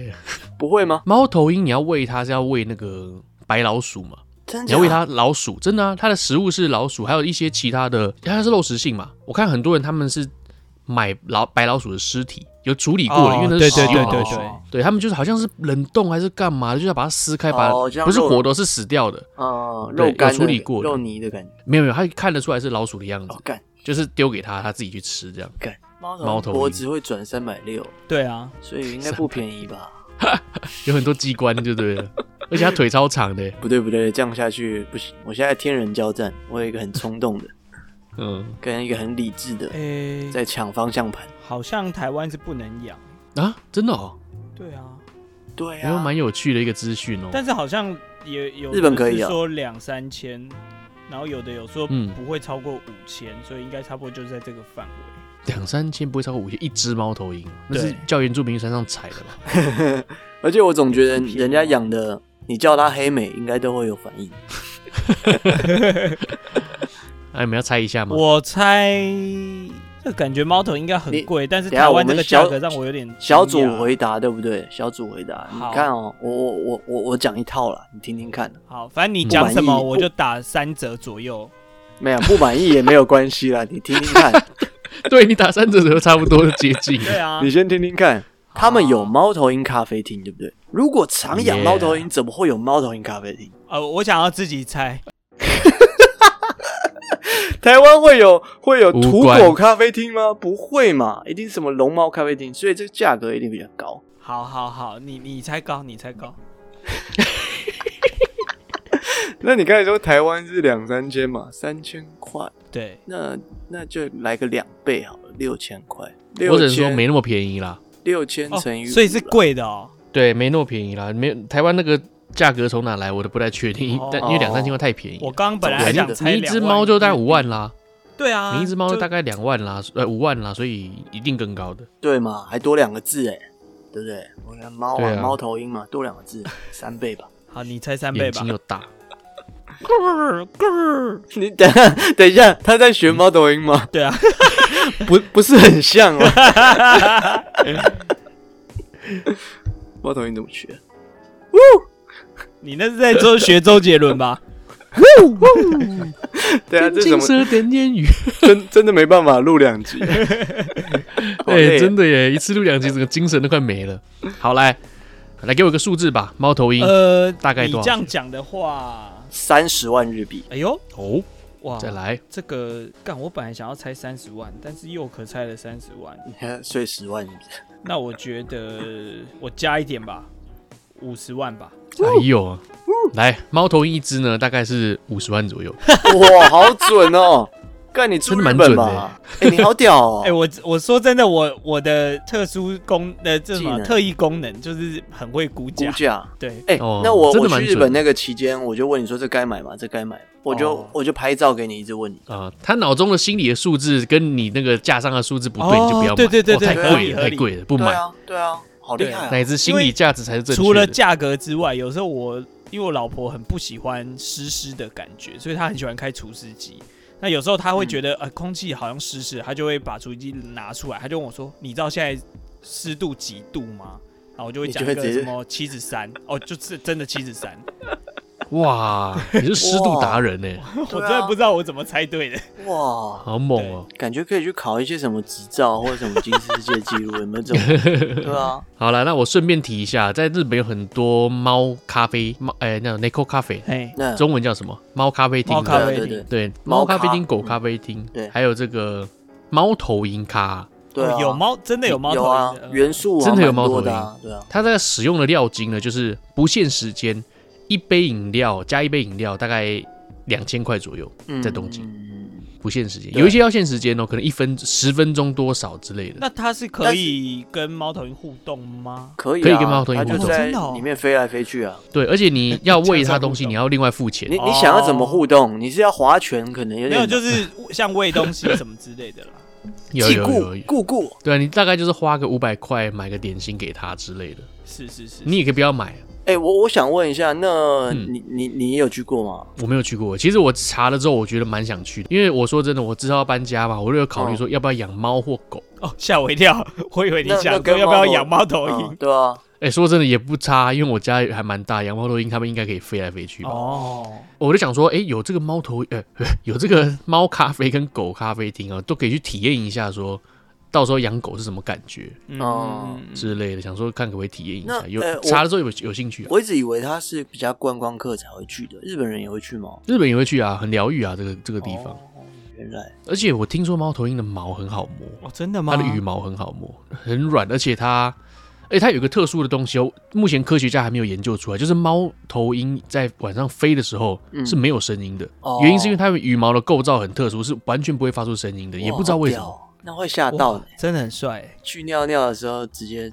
S3: 不会吗？
S1: 猫头鹰你要喂它是要喂那个白老鼠嘛？
S3: 真
S1: 你
S3: 假
S1: 要喂它老鼠，真的啊，它的食物是老鼠，还有一些其他的，它是肉食性嘛。我看很多人他们是买老白老鼠的尸体，有处理过的，
S2: 哦
S1: 因为那是食
S2: 对
S1: 用
S2: 对
S1: 的
S2: 对
S1: 东西
S2: 对对
S3: 哦
S1: 对他们就是好像是冷冻还是干嘛的，就是要把它撕开，把它、
S3: 哦这样
S1: 不是
S3: 肉
S1: 活的，是死掉的。
S3: 哦，
S1: 对
S3: 肉干
S1: 有处理
S3: 的
S1: 过的
S3: 肉泥的感觉。
S1: 没有没有，他看得出来是老鼠的样子
S3: 哦，，干
S1: 就是丢给他，他自己去吃这样。
S3: 干，
S1: 猫
S3: 猫
S1: 头
S3: 头
S1: 鹰
S3: 鹰脖子会转三百六，
S2: 对啊，
S3: 所以应该不便宜吧？
S1: 有很多机关就对了，而且他腿超长的，
S3: 不对不对，这样下去不行。我现在天人交战，我有一个很冲动的， *laughs*
S1: 嗯
S3: 跟一个很理智
S1: 哎
S3: 的
S2: 诶、
S3: 在抢方向盘。
S2: 好像台湾是不能养，
S1: 啊，真的哦，
S2: 对啊，
S3: 对
S1: 然后
S3: 啊，
S1: 蛮有趣的一个资讯哦。
S2: 但是好像也有
S3: 日本可以啊
S2: 就是说两三千，然后有的有说
S1: 嗯
S2: 不会超过五千、所以应该差不多就是在这个范围。
S1: 两三千不会超过五千，一只猫头鹰，那
S2: 对
S1: 是叫原住民山上采的
S2: *laughs*
S1: 吧？
S3: 而且我总觉得人家养的，你叫它黑美，应该都会有反应。
S1: 哎，你们要猜一下吗？
S2: 我猜这感觉猫头应该很贵，但是台湾这个价格让我有点惊讶
S3: 小组回答对不对？小组回答，你
S2: 好
S3: 看哦，我我我我我讲一套啦，你听听看。
S2: 好，反正你讲什么
S3: 不满意
S2: 我就打三折
S1: *laughs*
S2: 左右。
S3: 没有不满意也没有关系啦， *laughs* 你听听看，
S1: 对你打三折都差不多接
S2: *laughs*
S1: 近了。
S2: 对啊
S3: 你，先听听看。他们有猫头鹰咖啡厅，对不对？如果常养
S1: Yeah
S3: 猫头鹰，怎么会有猫头鹰咖啡厅？
S2: 呃，我想要自己猜，
S3: 台湾会有会有
S1: 无
S3: 土
S1: 关
S3: 狗咖啡厅吗？不会嘛，一定是什么龙猫咖啡厅，所以这个价格一定比较高。
S2: 好好好，你你猜高，你猜高，
S3: 那你刚才说台湾是两三千嘛，三千块，
S2: 对，
S3: 那那就来个两倍好了，六千块。
S1: 我
S3: 六
S1: 只能说
S3: 千
S1: 没那么便宜啦，
S3: 六千
S2: 哦
S3: 乘以、
S2: 所以是。贵的哦。
S1: 对，没那么便宜啦，没有台湾那个价格从哪来，我都不太确定，
S2: 哦
S1: 但因为两三千块太便宜了。
S2: 我刚刚本来
S1: 对
S2: 还
S1: 你
S2: 想猜
S1: 你一
S2: 两
S1: 只
S2: 万
S1: 猫就大概五，万啦，
S2: 对啊，
S1: 你一只猫
S2: 就
S1: 大概两万啦，呃五万啦，所以一定更高的。
S3: 对嘛，还多两个字哎，对不对？我看猫
S1: 对
S3: 啊
S1: 啊，
S3: 猫、头鹰嘛，多两个字， *laughs* 三倍吧。
S2: 好，你猜三倍
S1: 眼
S2: 吧
S1: 睛。又大，
S3: 你等一下 *laughs* 等一下，他在学猫头
S2: *laughs*
S3: 鹰吗？
S2: *laughs* 对啊，
S3: 不不是很像吗？ *laughs* 猫头鹰怎么学？
S2: 你那是在周学周杰伦
S1: *laughs*
S2: 吧？
S3: 对啊，这怎
S1: 金
S3: 么
S1: 蛇点烟雨，
S3: 真真的没办法录
S1: *laughs*
S3: 两集？
S1: 哎，真
S3: 的
S1: 的耶，一次录两集，整个精神都快没了。好，来来给我一个数字吧，猫头鹰
S2: 呃，
S1: 大概
S2: 你
S1: 多少
S2: 这样讲的话，
S3: 三十万日币， *laughs*
S2: 哎呦，
S1: 哦，
S2: 哇，
S1: 再来
S2: 这个干，我本来想要猜三十万，但是又可猜了三十万，
S3: 你看所以十万是不是
S2: 那我觉得我加一点吧，五十万吧。
S1: 哎呦，来，猫头鹰一只呢，大概是五十万左右。
S3: *laughs* 哇，好准哦！干你住
S1: 真的
S3: 日
S1: 蛮
S3: 本
S1: 准的
S3: 吧？ *laughs* 哎、你好屌哦！
S2: 哎、我我说真的，我我的特殊功呃，这什
S3: 技
S2: 么
S3: 能
S2: 特异功能就是很会估
S3: 估
S2: 价，
S3: 价。
S2: 对，
S3: 哎、
S1: 哦
S3: 那我
S1: 真的
S3: 我
S1: 蛮
S3: 去日
S1: 准
S3: 本那个期间，我就问你说这该买吗？这该买吗？我就、
S2: 哦
S3: 我就拍照给你，一直问你。
S1: 啊、他脑中的心理的数字跟你那个架上的数字不对，
S2: 哦
S1: 你就不要买，
S2: 对对对
S1: 哦
S2: 对
S1: 太
S3: 对
S1: 贵
S2: 合
S1: 了，
S2: 理
S1: 太贵了，不
S3: 对
S1: 买。
S3: 啊，对啊，好厉害啊！
S1: 乃至心理价值才是正确的。
S2: 除了价格之外，有时候我因为我老婆很不喜欢湿湿的感觉，所以她很喜欢开除湿机。那有时候她
S3: 嗯
S2: 会觉得、呃空气好像湿湿的，她就会把除湿机拿出来，她就问我说：“你知道现在湿度几度吗？”然后我就会
S3: 你
S2: 讲
S3: 就
S2: 一
S3: 会
S2: 个
S3: 直
S2: 什
S3: 接
S2: 么七十三， *laughs* 哦，就是真的七十
S3: *laughs*
S2: 三，
S1: 哇，你是湿度达人呢、
S2: 我
S3: 对啊
S2: 真的不知道我怎么猜对的。
S3: 哇，
S1: 好猛哦、
S3: 感觉可以去考一些什么执照或者什么吉尼斯世界纪录，有没有这种？
S1: *laughs*
S3: 对啊，
S1: 好了，那我顺便提一下，在日本有很多猫咖啡，猫哎、那种 Neko 咖啡，
S2: 哎，
S3: 那
S1: 中文叫什么？猫咖啡厅
S2: 猫
S1: 是
S2: 咖
S1: 吧，
S2: 啡
S3: 对对
S2: 厅
S3: 对
S1: 对，
S3: 猫
S1: 猫咖啡
S3: 咖
S1: 厅、狗
S3: 嗯
S1: 咖啡厅，
S3: 对
S1: 还有这个猫头鹰咖，
S3: 对啊，
S2: 哦有猫，真的有嗯猫头
S3: 有啊
S2: 鹰的，
S3: 元素啊
S1: 真的有
S3: 蛮
S1: 猫头
S3: 多
S1: 鹰
S3: 的啊，对啊，
S1: 它在使用的料金呢，就是不限时间，一杯饮料加一杯饮料，大概两千块左右，
S3: 嗯
S1: 在东京
S3: 嗯
S1: 不限时间，
S2: 对
S1: 有一些要限时间哦，可能一分十分钟多少之类的。
S2: 那它是可以跟猫头鹰互动吗？
S3: 可以、啊，
S1: 可以跟猫头鹰
S3: 它
S1: 互
S3: 就
S1: 动
S3: 在
S2: 真的哦
S3: 里面飞来飞去啊。
S1: 对，而且你要喂它东
S3: *laughs*
S1: 西，
S2: 这样子
S1: 你要另外付钱
S3: 你。
S2: 哦
S3: 你想要怎么互动？你是要划拳，可能有
S2: 没
S3: 点
S2: 有，就是像喂东西什么之类的啦。
S1: 有有有有
S3: 顾，顾顾，
S1: 对啊，你大概就是花个五百块买个点心给它之类的，
S2: 是是是，
S1: 你也可以不要买。
S3: 哎、我我想问一下，那
S1: 嗯
S3: 你、你你有去过吗？
S1: 我没有去过，其实我查了之后，我觉得蛮想去的，因为我说真的，我知道要搬家嘛，我就有考
S3: 哦
S1: 虑说要不要养猫或狗。
S2: 哦，吓我一跳， *laughs* 我以为你
S3: 那那
S2: 想
S3: 跟
S2: 说要不要
S3: 猫头
S2: 养猫头
S3: 嗯
S2: 鹰。
S3: 对啊，
S1: 哎、说真的也不差，因为我家还蛮大，养猫头鹰它们应该可以飞来飞去吧。
S2: 哦，
S1: 我就想说，哎、有这个猫头，呃， *laughs* 有这个猫咖啡跟狗咖啡厅啊，都可以去体验一下说。到时候养狗是什么感觉
S2: 嗯
S3: 哦
S2: 嗯
S1: 之类的，想说看可不可以体验一下。
S3: 那
S1: 有
S3: 呃我
S1: 查了之后有有兴趣啊？
S3: 我一直以为它是比较观光客才会去的，日本人也会去吗？
S1: 日本也会去啊，很疗愈啊，这个这个地方。
S2: 哦
S3: 原来
S1: 而且我听说猫头鹰的毛很好摸，
S2: 哦，真的吗？
S1: 它的羽毛很好摸，很软，而且它，哎，它有一个特殊的东西哦，目前科学家还没有研究出来，就是猫头鹰在晚上飞的时候
S3: 嗯
S1: 是没有声音的，
S3: 哦
S1: 原因是因为它们羽毛的构造很特殊，是完全不会发出声音的，也不知道为什
S3: 哇
S1: 么。
S3: 好屌哦那会
S2: 哇
S3: 吓到你。
S2: 真的很帅。
S3: 去尿尿的时候直接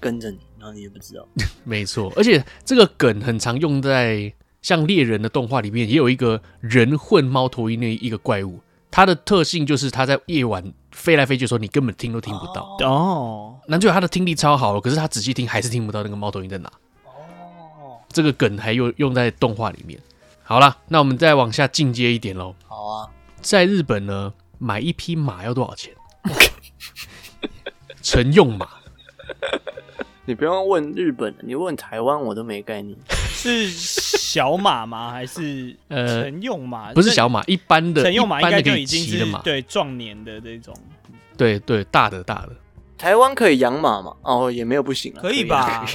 S3: 跟着你，然后你也不知道。
S1: 没错，而且这个梗很常用在像猎人的动画里面，也有一个人混猫头鹰那一个怪物，它的特性就是它在夜晚飞来飞去的时候，你根本听都听不到。
S2: 哦，
S1: 男主角他的听力超好，可是他仔细听还是听不到那个猫头鹰在哪。
S3: 哦，
S1: 这个梗还有用在动画里面。好啦，那我们再往下进阶一点喽。
S3: 好啊，
S1: 在日本呢，买一匹马要多少
S2: *laughs*
S1: 钱？乘用马
S3: 你不用问日本，你问台湾我都没概念。
S2: 是小马吗？还是
S1: 呃
S2: 乘用马？
S1: 不是
S2: 那
S1: 小马，一般的
S2: 乘用马
S1: 一
S2: 应
S1: 般
S2: 该
S1: 的
S2: 就
S1: 可
S2: 已
S1: 以
S2: 经
S1: 骑的
S2: 是
S1: 马，
S2: 对壮年的那种，
S1: 对对，大的大的。
S3: 台湾可以养马吗？哦，也没有不行啊，
S2: 可以吧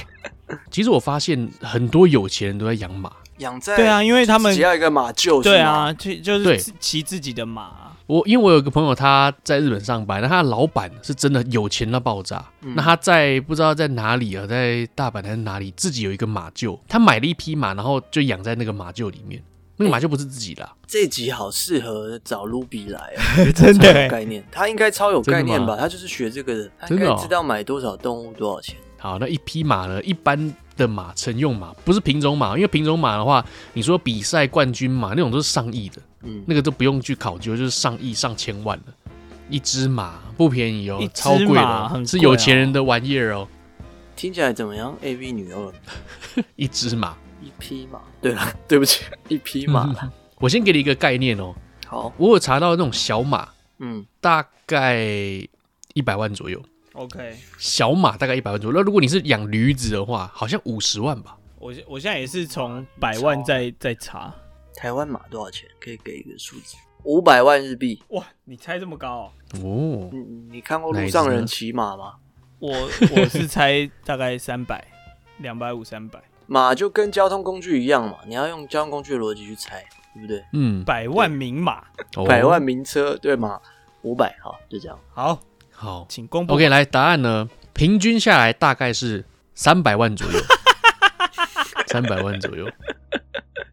S3: 可以？
S1: 其实我发现很多有钱人都在养马。
S3: 养在
S2: *laughs* 对，啊，因为他们
S3: 只要一个马
S2: *laughs*
S3: 厩，
S2: 对，啊，就就是
S1: 对
S2: 自骑自己的马。
S1: 我因为我有个朋友他在日本上班，那他的老板是真的有钱到爆炸。
S3: 嗯
S1: 那他在不知道在哪里啊，在大阪还是哪里，自己有一个马厩，他买了一匹马，然后就养在那个马厩里面。那个马厩不是自己的啊、
S3: 这集好适合找卢比来啊，
S2: *laughs* 真的
S3: 超
S2: 欸
S3: 有概念，他应该超有
S1: 真的
S3: 概
S1: 吗
S3: 念吧？他就是学这个的，他应
S1: 真的
S3: 该
S1: 哦
S3: 知道买多少动物多少钱。
S1: 好，那一匹马呢，一般的马乘用马，不是品种马，因为品种马的话，你说比赛冠军马那种都是上亿的，
S3: 嗯，
S1: 那个都不用去考究，就是上亿上千万了。一只马不便宜哦
S2: 一，只
S1: 超贵的
S2: 马
S1: 哦、
S2: 很贵哦
S1: 是有钱人的玩意儿哦。
S3: 听起来怎么样？A V 女优了，
S1: 一只马，
S3: 一匹马。对了， *laughs* 对不起，一匹马啦。
S2: *laughs*
S1: 我先给你一个概念哦，
S3: 好，
S1: 我有查到那种小马，
S3: 嗯，
S1: 大概一百万左右，
S2: OK，
S1: 小马大概一百万左右。那如果你是养驴子的话，好像五十万吧。
S2: 我现我现在也是从百万在在查。
S3: 台湾马多少钱？可以给一个数字，五百万日币。
S2: 哇，你猜这么高哦？
S1: 哦，
S3: 你你看过路上人骑马吗？
S2: 我我是猜大概三百、两百五、三百，
S3: 马就跟交通工具一样嘛，你要用交通工具的逻辑去猜，对不对？
S1: 嗯，
S2: 百万名马。
S1: 哦
S3: 百万名车对吗？五百，好，就这样。
S2: 好，
S1: 好。
S2: 请公布。
S1: OK，来答案呢？平均下来大概是三百万左右，三百万左右。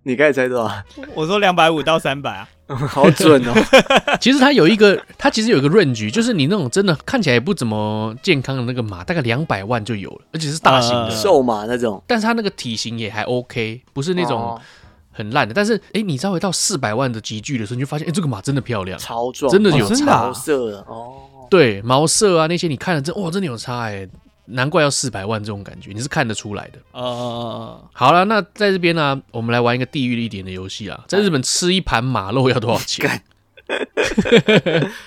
S3: 你刚才猜
S1: *laughs*
S3: 多少？
S2: 我说两百五到三百啊。
S3: 好准哦！
S1: 其实它有一个，它其实有一个润局，就是你那种真的看起来也不怎么健康的那个马，大概两百万就有了，而且是大型的，
S2: 呃
S3: 瘦马那种，
S1: 但是它那个体型也还 OK，不是那种
S3: 哦
S1: 很烂的。但是哎、诶你稍微到四百万的集聚的时候，你就发现哎、诶这个马真的漂亮，
S3: 超壮，
S1: 真的有
S2: 哦真的啊
S3: 超色的哦。
S1: 对毛色啊那些，你看了真哇，真的有差哎、难怪要四百万这种感觉，你是看得出来的。
S2: 呃，
S1: 好了，那在这边呢、我们来玩一个地域一点的游戏啊。在日本吃一盘马肉要多少钱？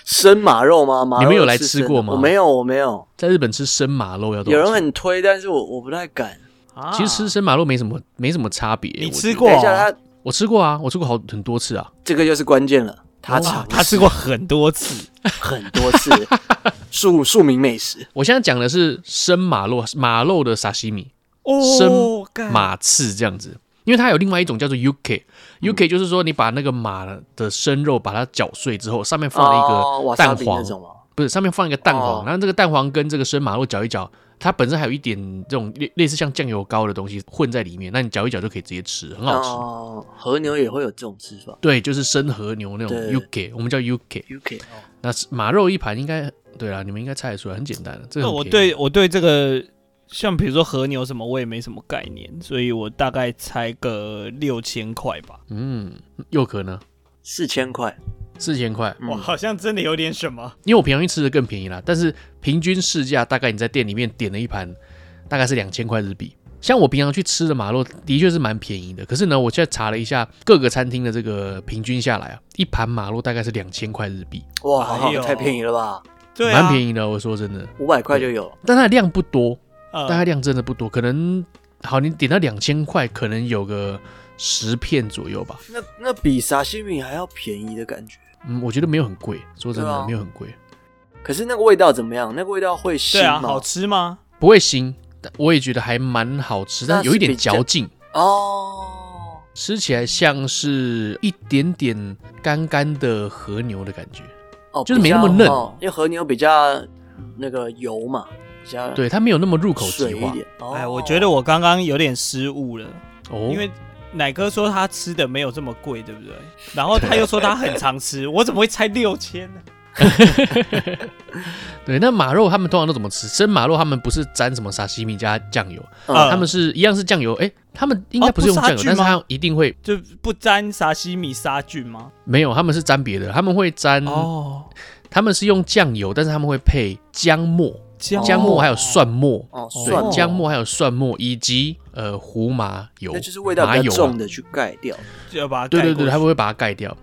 S3: 生马肉吗？马肉
S1: 你们有来
S3: 是
S1: 吃
S3: 生的
S1: 过吗
S3: 我没有，我没有。
S1: 在日本吃生马肉要多
S3: 有
S1: 少
S3: 人
S1: 钱？
S3: 很推，但是我我不太敢。
S2: 啊
S1: 其实吃生马肉没什么没什么差别。
S2: 你
S1: 我
S2: 吃过哦
S3: 等一下，他
S1: 我吃过啊，我吃过好很多次啊。
S3: 这个就是关键了。他
S1: 哇
S3: 尝
S2: 啊他吃过很多次。
S3: 很多
S1: *laughs*
S3: 次庶庶民美食，
S1: 我现在讲的是生马肉，马肉的沙西米、
S2: 哦
S1: 生，
S3: 啊
S2: 干
S1: 马刺这样子，因为它有另外一种叫做 UK。UK
S3: 嗯
S1: 就是说，你把那个马的生肉把它搅碎之后，上面放了一
S3: 哦
S1: 个
S3: 瓦
S1: 蛋
S3: 萨比那
S1: 黄，
S3: 种吗？啊
S1: 不是上面放一个蛋黄，
S3: 哦
S1: 然后这个蛋黄跟这个生马肉搅一搅，它本身还有一点这种类类似像酱油膏的东西混在里面，那你搅一搅就可以直接吃，很好吃。
S3: 哦，和牛也会有这种吃法。
S1: 对，就是生和牛那种
S3: 对
S1: UK，我们叫 UK。
S3: UK
S1: 那是马肉一盘应该对啦，你们应该猜得出来，很简单的。这个
S2: 那
S1: 很
S2: 我
S1: 便宜
S2: 对我对这个，像比如说和牛什么，我也没什么概念，所以我大概猜个六千块吧。
S1: 嗯，又可呢
S3: 四千块，
S1: 四千块，
S3: 嗯
S2: 哇，好像真的有点
S1: *laughs*
S2: 什么。
S1: 因为我平常去吃的更便宜啦，但是平均市价大概你在店里面点了一盘，大概是两千块日币。像我平常去吃的马肉，的确是蛮便宜的。可是呢，我现在查了一下各个餐厅的这个平均下来啊，一盘马肉大概是两千块日币，
S3: 嗯哇
S2: 哎，呦
S3: 太便宜了吧？
S2: 对啊，
S1: 蛮便
S2: 宜，
S1: 宜的。我说真的，
S3: 五百块就有，
S1: 但它的量不多，大概
S2: 呃，
S1: 量真的不多，可能好你点到两千块，可能有个十片左右吧。
S3: 那那比沙西米还要便宜的感觉。
S1: 嗯，我觉得没有很贵，说真的、
S3: 对啊
S1: 没有很贵，
S3: 可是那个味道怎么样？那个味道会腥
S2: 对啊，
S3: 吗？
S2: 好吃吗？
S1: 不会腥，但我也觉得还蛮好吃，但
S3: 那是
S1: 有一点
S3: 比较
S1: 嚼劲，
S3: 哦，
S1: 吃起来像是一点点干干的和牛的感觉。
S3: 哦，
S1: 就是没
S3: 比较
S1: 那么嫩
S3: 哦因为和牛比较那个油嘛，比较
S1: 对，它没有那么入口
S3: 水
S1: 即
S3: 一
S1: 化
S3: 点。哦
S2: 哎，我觉得我刚刚有点失误了，
S1: 哦，
S2: 因为奶哥说他吃的没有这么贵，对不
S1: *laughs*
S2: 对？然后他又说他很常吃，我怎么会猜六千呢？
S1: 对那马肉他们通常都怎么吃？生马肉他们不是沾什么沙西米加酱油，
S3: 嗯
S2: 啊
S3: 呃
S1: 他们是一样是酱油，哎、他们应该
S2: 哦
S1: 不是用
S2: 不杀
S1: 酱油，
S2: 菌
S1: 但是
S2: 吗
S1: 他一定会
S2: 就不沾沙西米杀菌吗？
S1: 没有，他们是沾别的，他们会沾，
S2: 哦，
S1: 他们是用酱油，但是他们会配姜末、
S2: 姜
S1: 姜末还有蒜末。
S3: 哦，
S1: 对
S3: 蒜末
S1: 姜末还有蒜末，以及呃胡麻油，啊
S3: 那就是味道比较重的去盖掉。
S2: 就要把它
S1: 对
S2: 盖
S1: 对
S2: 过
S1: 对，
S2: 去哦
S1: 它不会把它盖掉，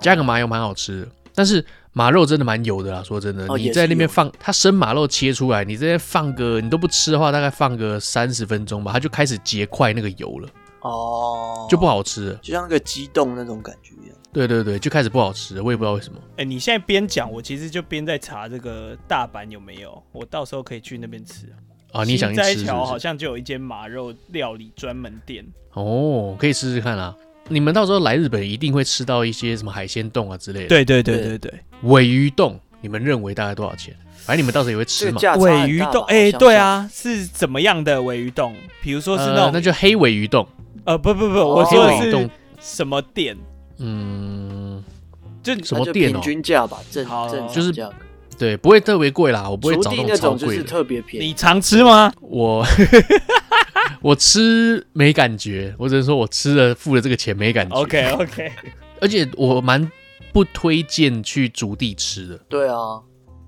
S1: 加个麻油蛮好吃的。但是马肉真的蛮油的啦，说真的，
S3: 哦
S1: 你
S3: 也
S1: 在
S3: 是
S1: 那边
S3: 油的
S1: 放它生马肉切出来，你这边放个你都不吃的话，大概放个三十分钟吧，它就开始结块那个油了，
S3: 哦，
S1: 就不，好吃了。
S3: 就像那个鸡冻那种感觉一样。
S1: 对对对，就开始不好吃了，我也不知道为什么。
S2: 哎、你现在边讲，我其实就边在查这个大阪有没有，我到时候可以去那边吃
S1: 啊，你想去
S2: 在
S1: 吃是
S2: 桥好
S1: 不是？
S2: 像就有一间马肉料理专门店，
S1: 哦，可以试试看啊。你们到时候来日本一定会吃到一些什么海鲜冻啊之类的。，
S2: 对对
S3: 对
S2: 对，
S1: 尾鱼冻，你们认为大概多少钱？反正你们到时候也会吃
S3: 这个
S1: 嘛。
S3: 价差很大吧
S2: 尾鱼冻，
S3: 我
S2: 哎、
S3: 想
S2: 对
S3: 想
S2: 啊，是怎么样的尾鱼冻？比如说是那
S1: 呃
S2: 种，，
S1: 那就黑尾鱼冻，
S2: 呃，不不不，
S3: 哦
S2: 我
S1: 黑
S2: 说的
S1: 尾鱼冻
S2: 是，什么店？
S1: 嗯，
S2: 就
S1: 什
S3: 那
S1: 么
S3: 就
S1: 店哦
S3: 平？均价吧，正
S2: 好
S3: 正常
S1: 就是
S3: 价格。
S1: 对，不会特别贵啦，我不会
S3: 竹
S1: 找
S3: 地
S1: 那种
S3: 那
S1: 超
S3: 种就
S1: 贵
S3: 是
S1: 的。
S3: 特别便宜。
S2: 你常吃吗？
S1: 我 *laughs* 我吃没感觉，我只能说我吃了付了这个钱没感觉。
S2: OK OK，
S1: *laughs* 而且我蛮不推荐去竹地吃的。
S3: 对啊，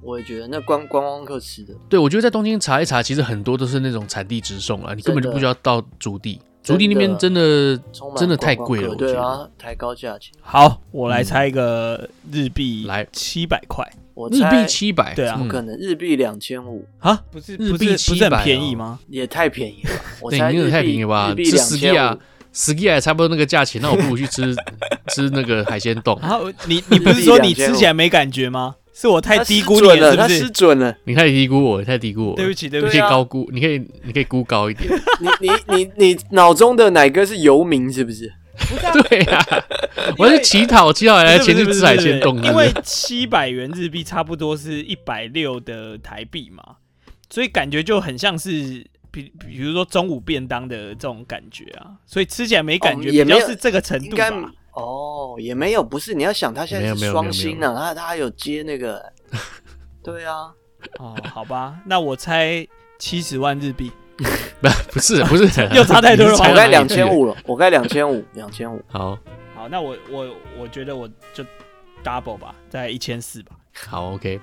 S3: 我也觉得那观观光客吃的，
S1: 对，我觉得在东京查一查，其实很多都是那种产地直送啊，你根本就
S3: 真的
S1: 不需要到竹地。竹地那边真的
S3: 充满
S1: 真的太
S3: 观光
S1: 贵
S3: 客
S1: 了我
S3: 对
S1: 觉
S3: 啊，抬高价钱。
S2: 好，我来猜一个日币，
S1: 嗯来
S2: 七百块
S3: 我
S1: 日
S3: 猜
S1: 币七嗯百，
S2: 对啊
S3: 不可能，日币两千五
S2: 啊？不是
S1: 日
S2: 不
S1: 币
S2: 是不是
S1: 700
S2: 很便宜
S1: 哦
S2: 吗？
S3: 也太便宜了吧。我
S1: 对
S3: 猜
S1: 你那
S3: 日
S1: 个
S3: 币
S1: 太便宜了吧
S3: 日币
S1: 吃
S3: 两
S1: ski
S3: 千
S1: 啊
S3: 五，
S1: ski 也差不多那个价钱，那我不如去
S3: *laughs*
S1: 吃吃那个海鲜冻。
S2: 然后你你不是说你吃起来没感觉吗？是我太低估你
S3: 了，
S2: 是不
S3: 他
S2: 是
S3: 失？准了。
S1: 你太低估我，你太低估我了。
S2: 对不起，对不
S1: 你
S2: 起
S1: 可以
S3: 对啊
S1: 高估，你可以你可以估高一点。
S3: 你你你你脑中的哪个是游民？是不是？
S2: *laughs*
S1: 对呀、我要去乞讨，乞讨来啊
S2: 不是
S1: 哎前
S2: 不是
S1: 去
S2: 不是
S1: 吃海鲜
S2: 不
S1: 冻。
S2: 是因为七百元日币差不多是一百六的台币嘛，所以感觉就很像是。比比如说中午便当的这种感觉啊，所以吃起来没感觉，
S3: 哦也
S2: 比较
S3: 没有
S2: 是这个程
S3: 应
S2: 度
S3: 该
S2: 吧。
S3: 哦，也没有，不是。你要想，他现
S1: 没有没
S3: 在是
S1: 有没有
S3: 双薪呢，他他还有接
S1: *laughs*
S3: 那个。
S2: *laughs*
S3: 对啊，
S2: 哦，好吧，那我猜七十万日币。
S1: 不不是不是，
S2: *laughs* 又差太多
S1: 你是
S2: 了吧
S1: 猜
S3: 我
S1: 到
S3: 该
S1: 哪里
S3: 两
S1: 去了
S3: 千。五了，我该两千五，两千五。
S1: 好
S2: 好，那我我我觉得我就 double 吧，在一千四吧。
S1: 好 OK，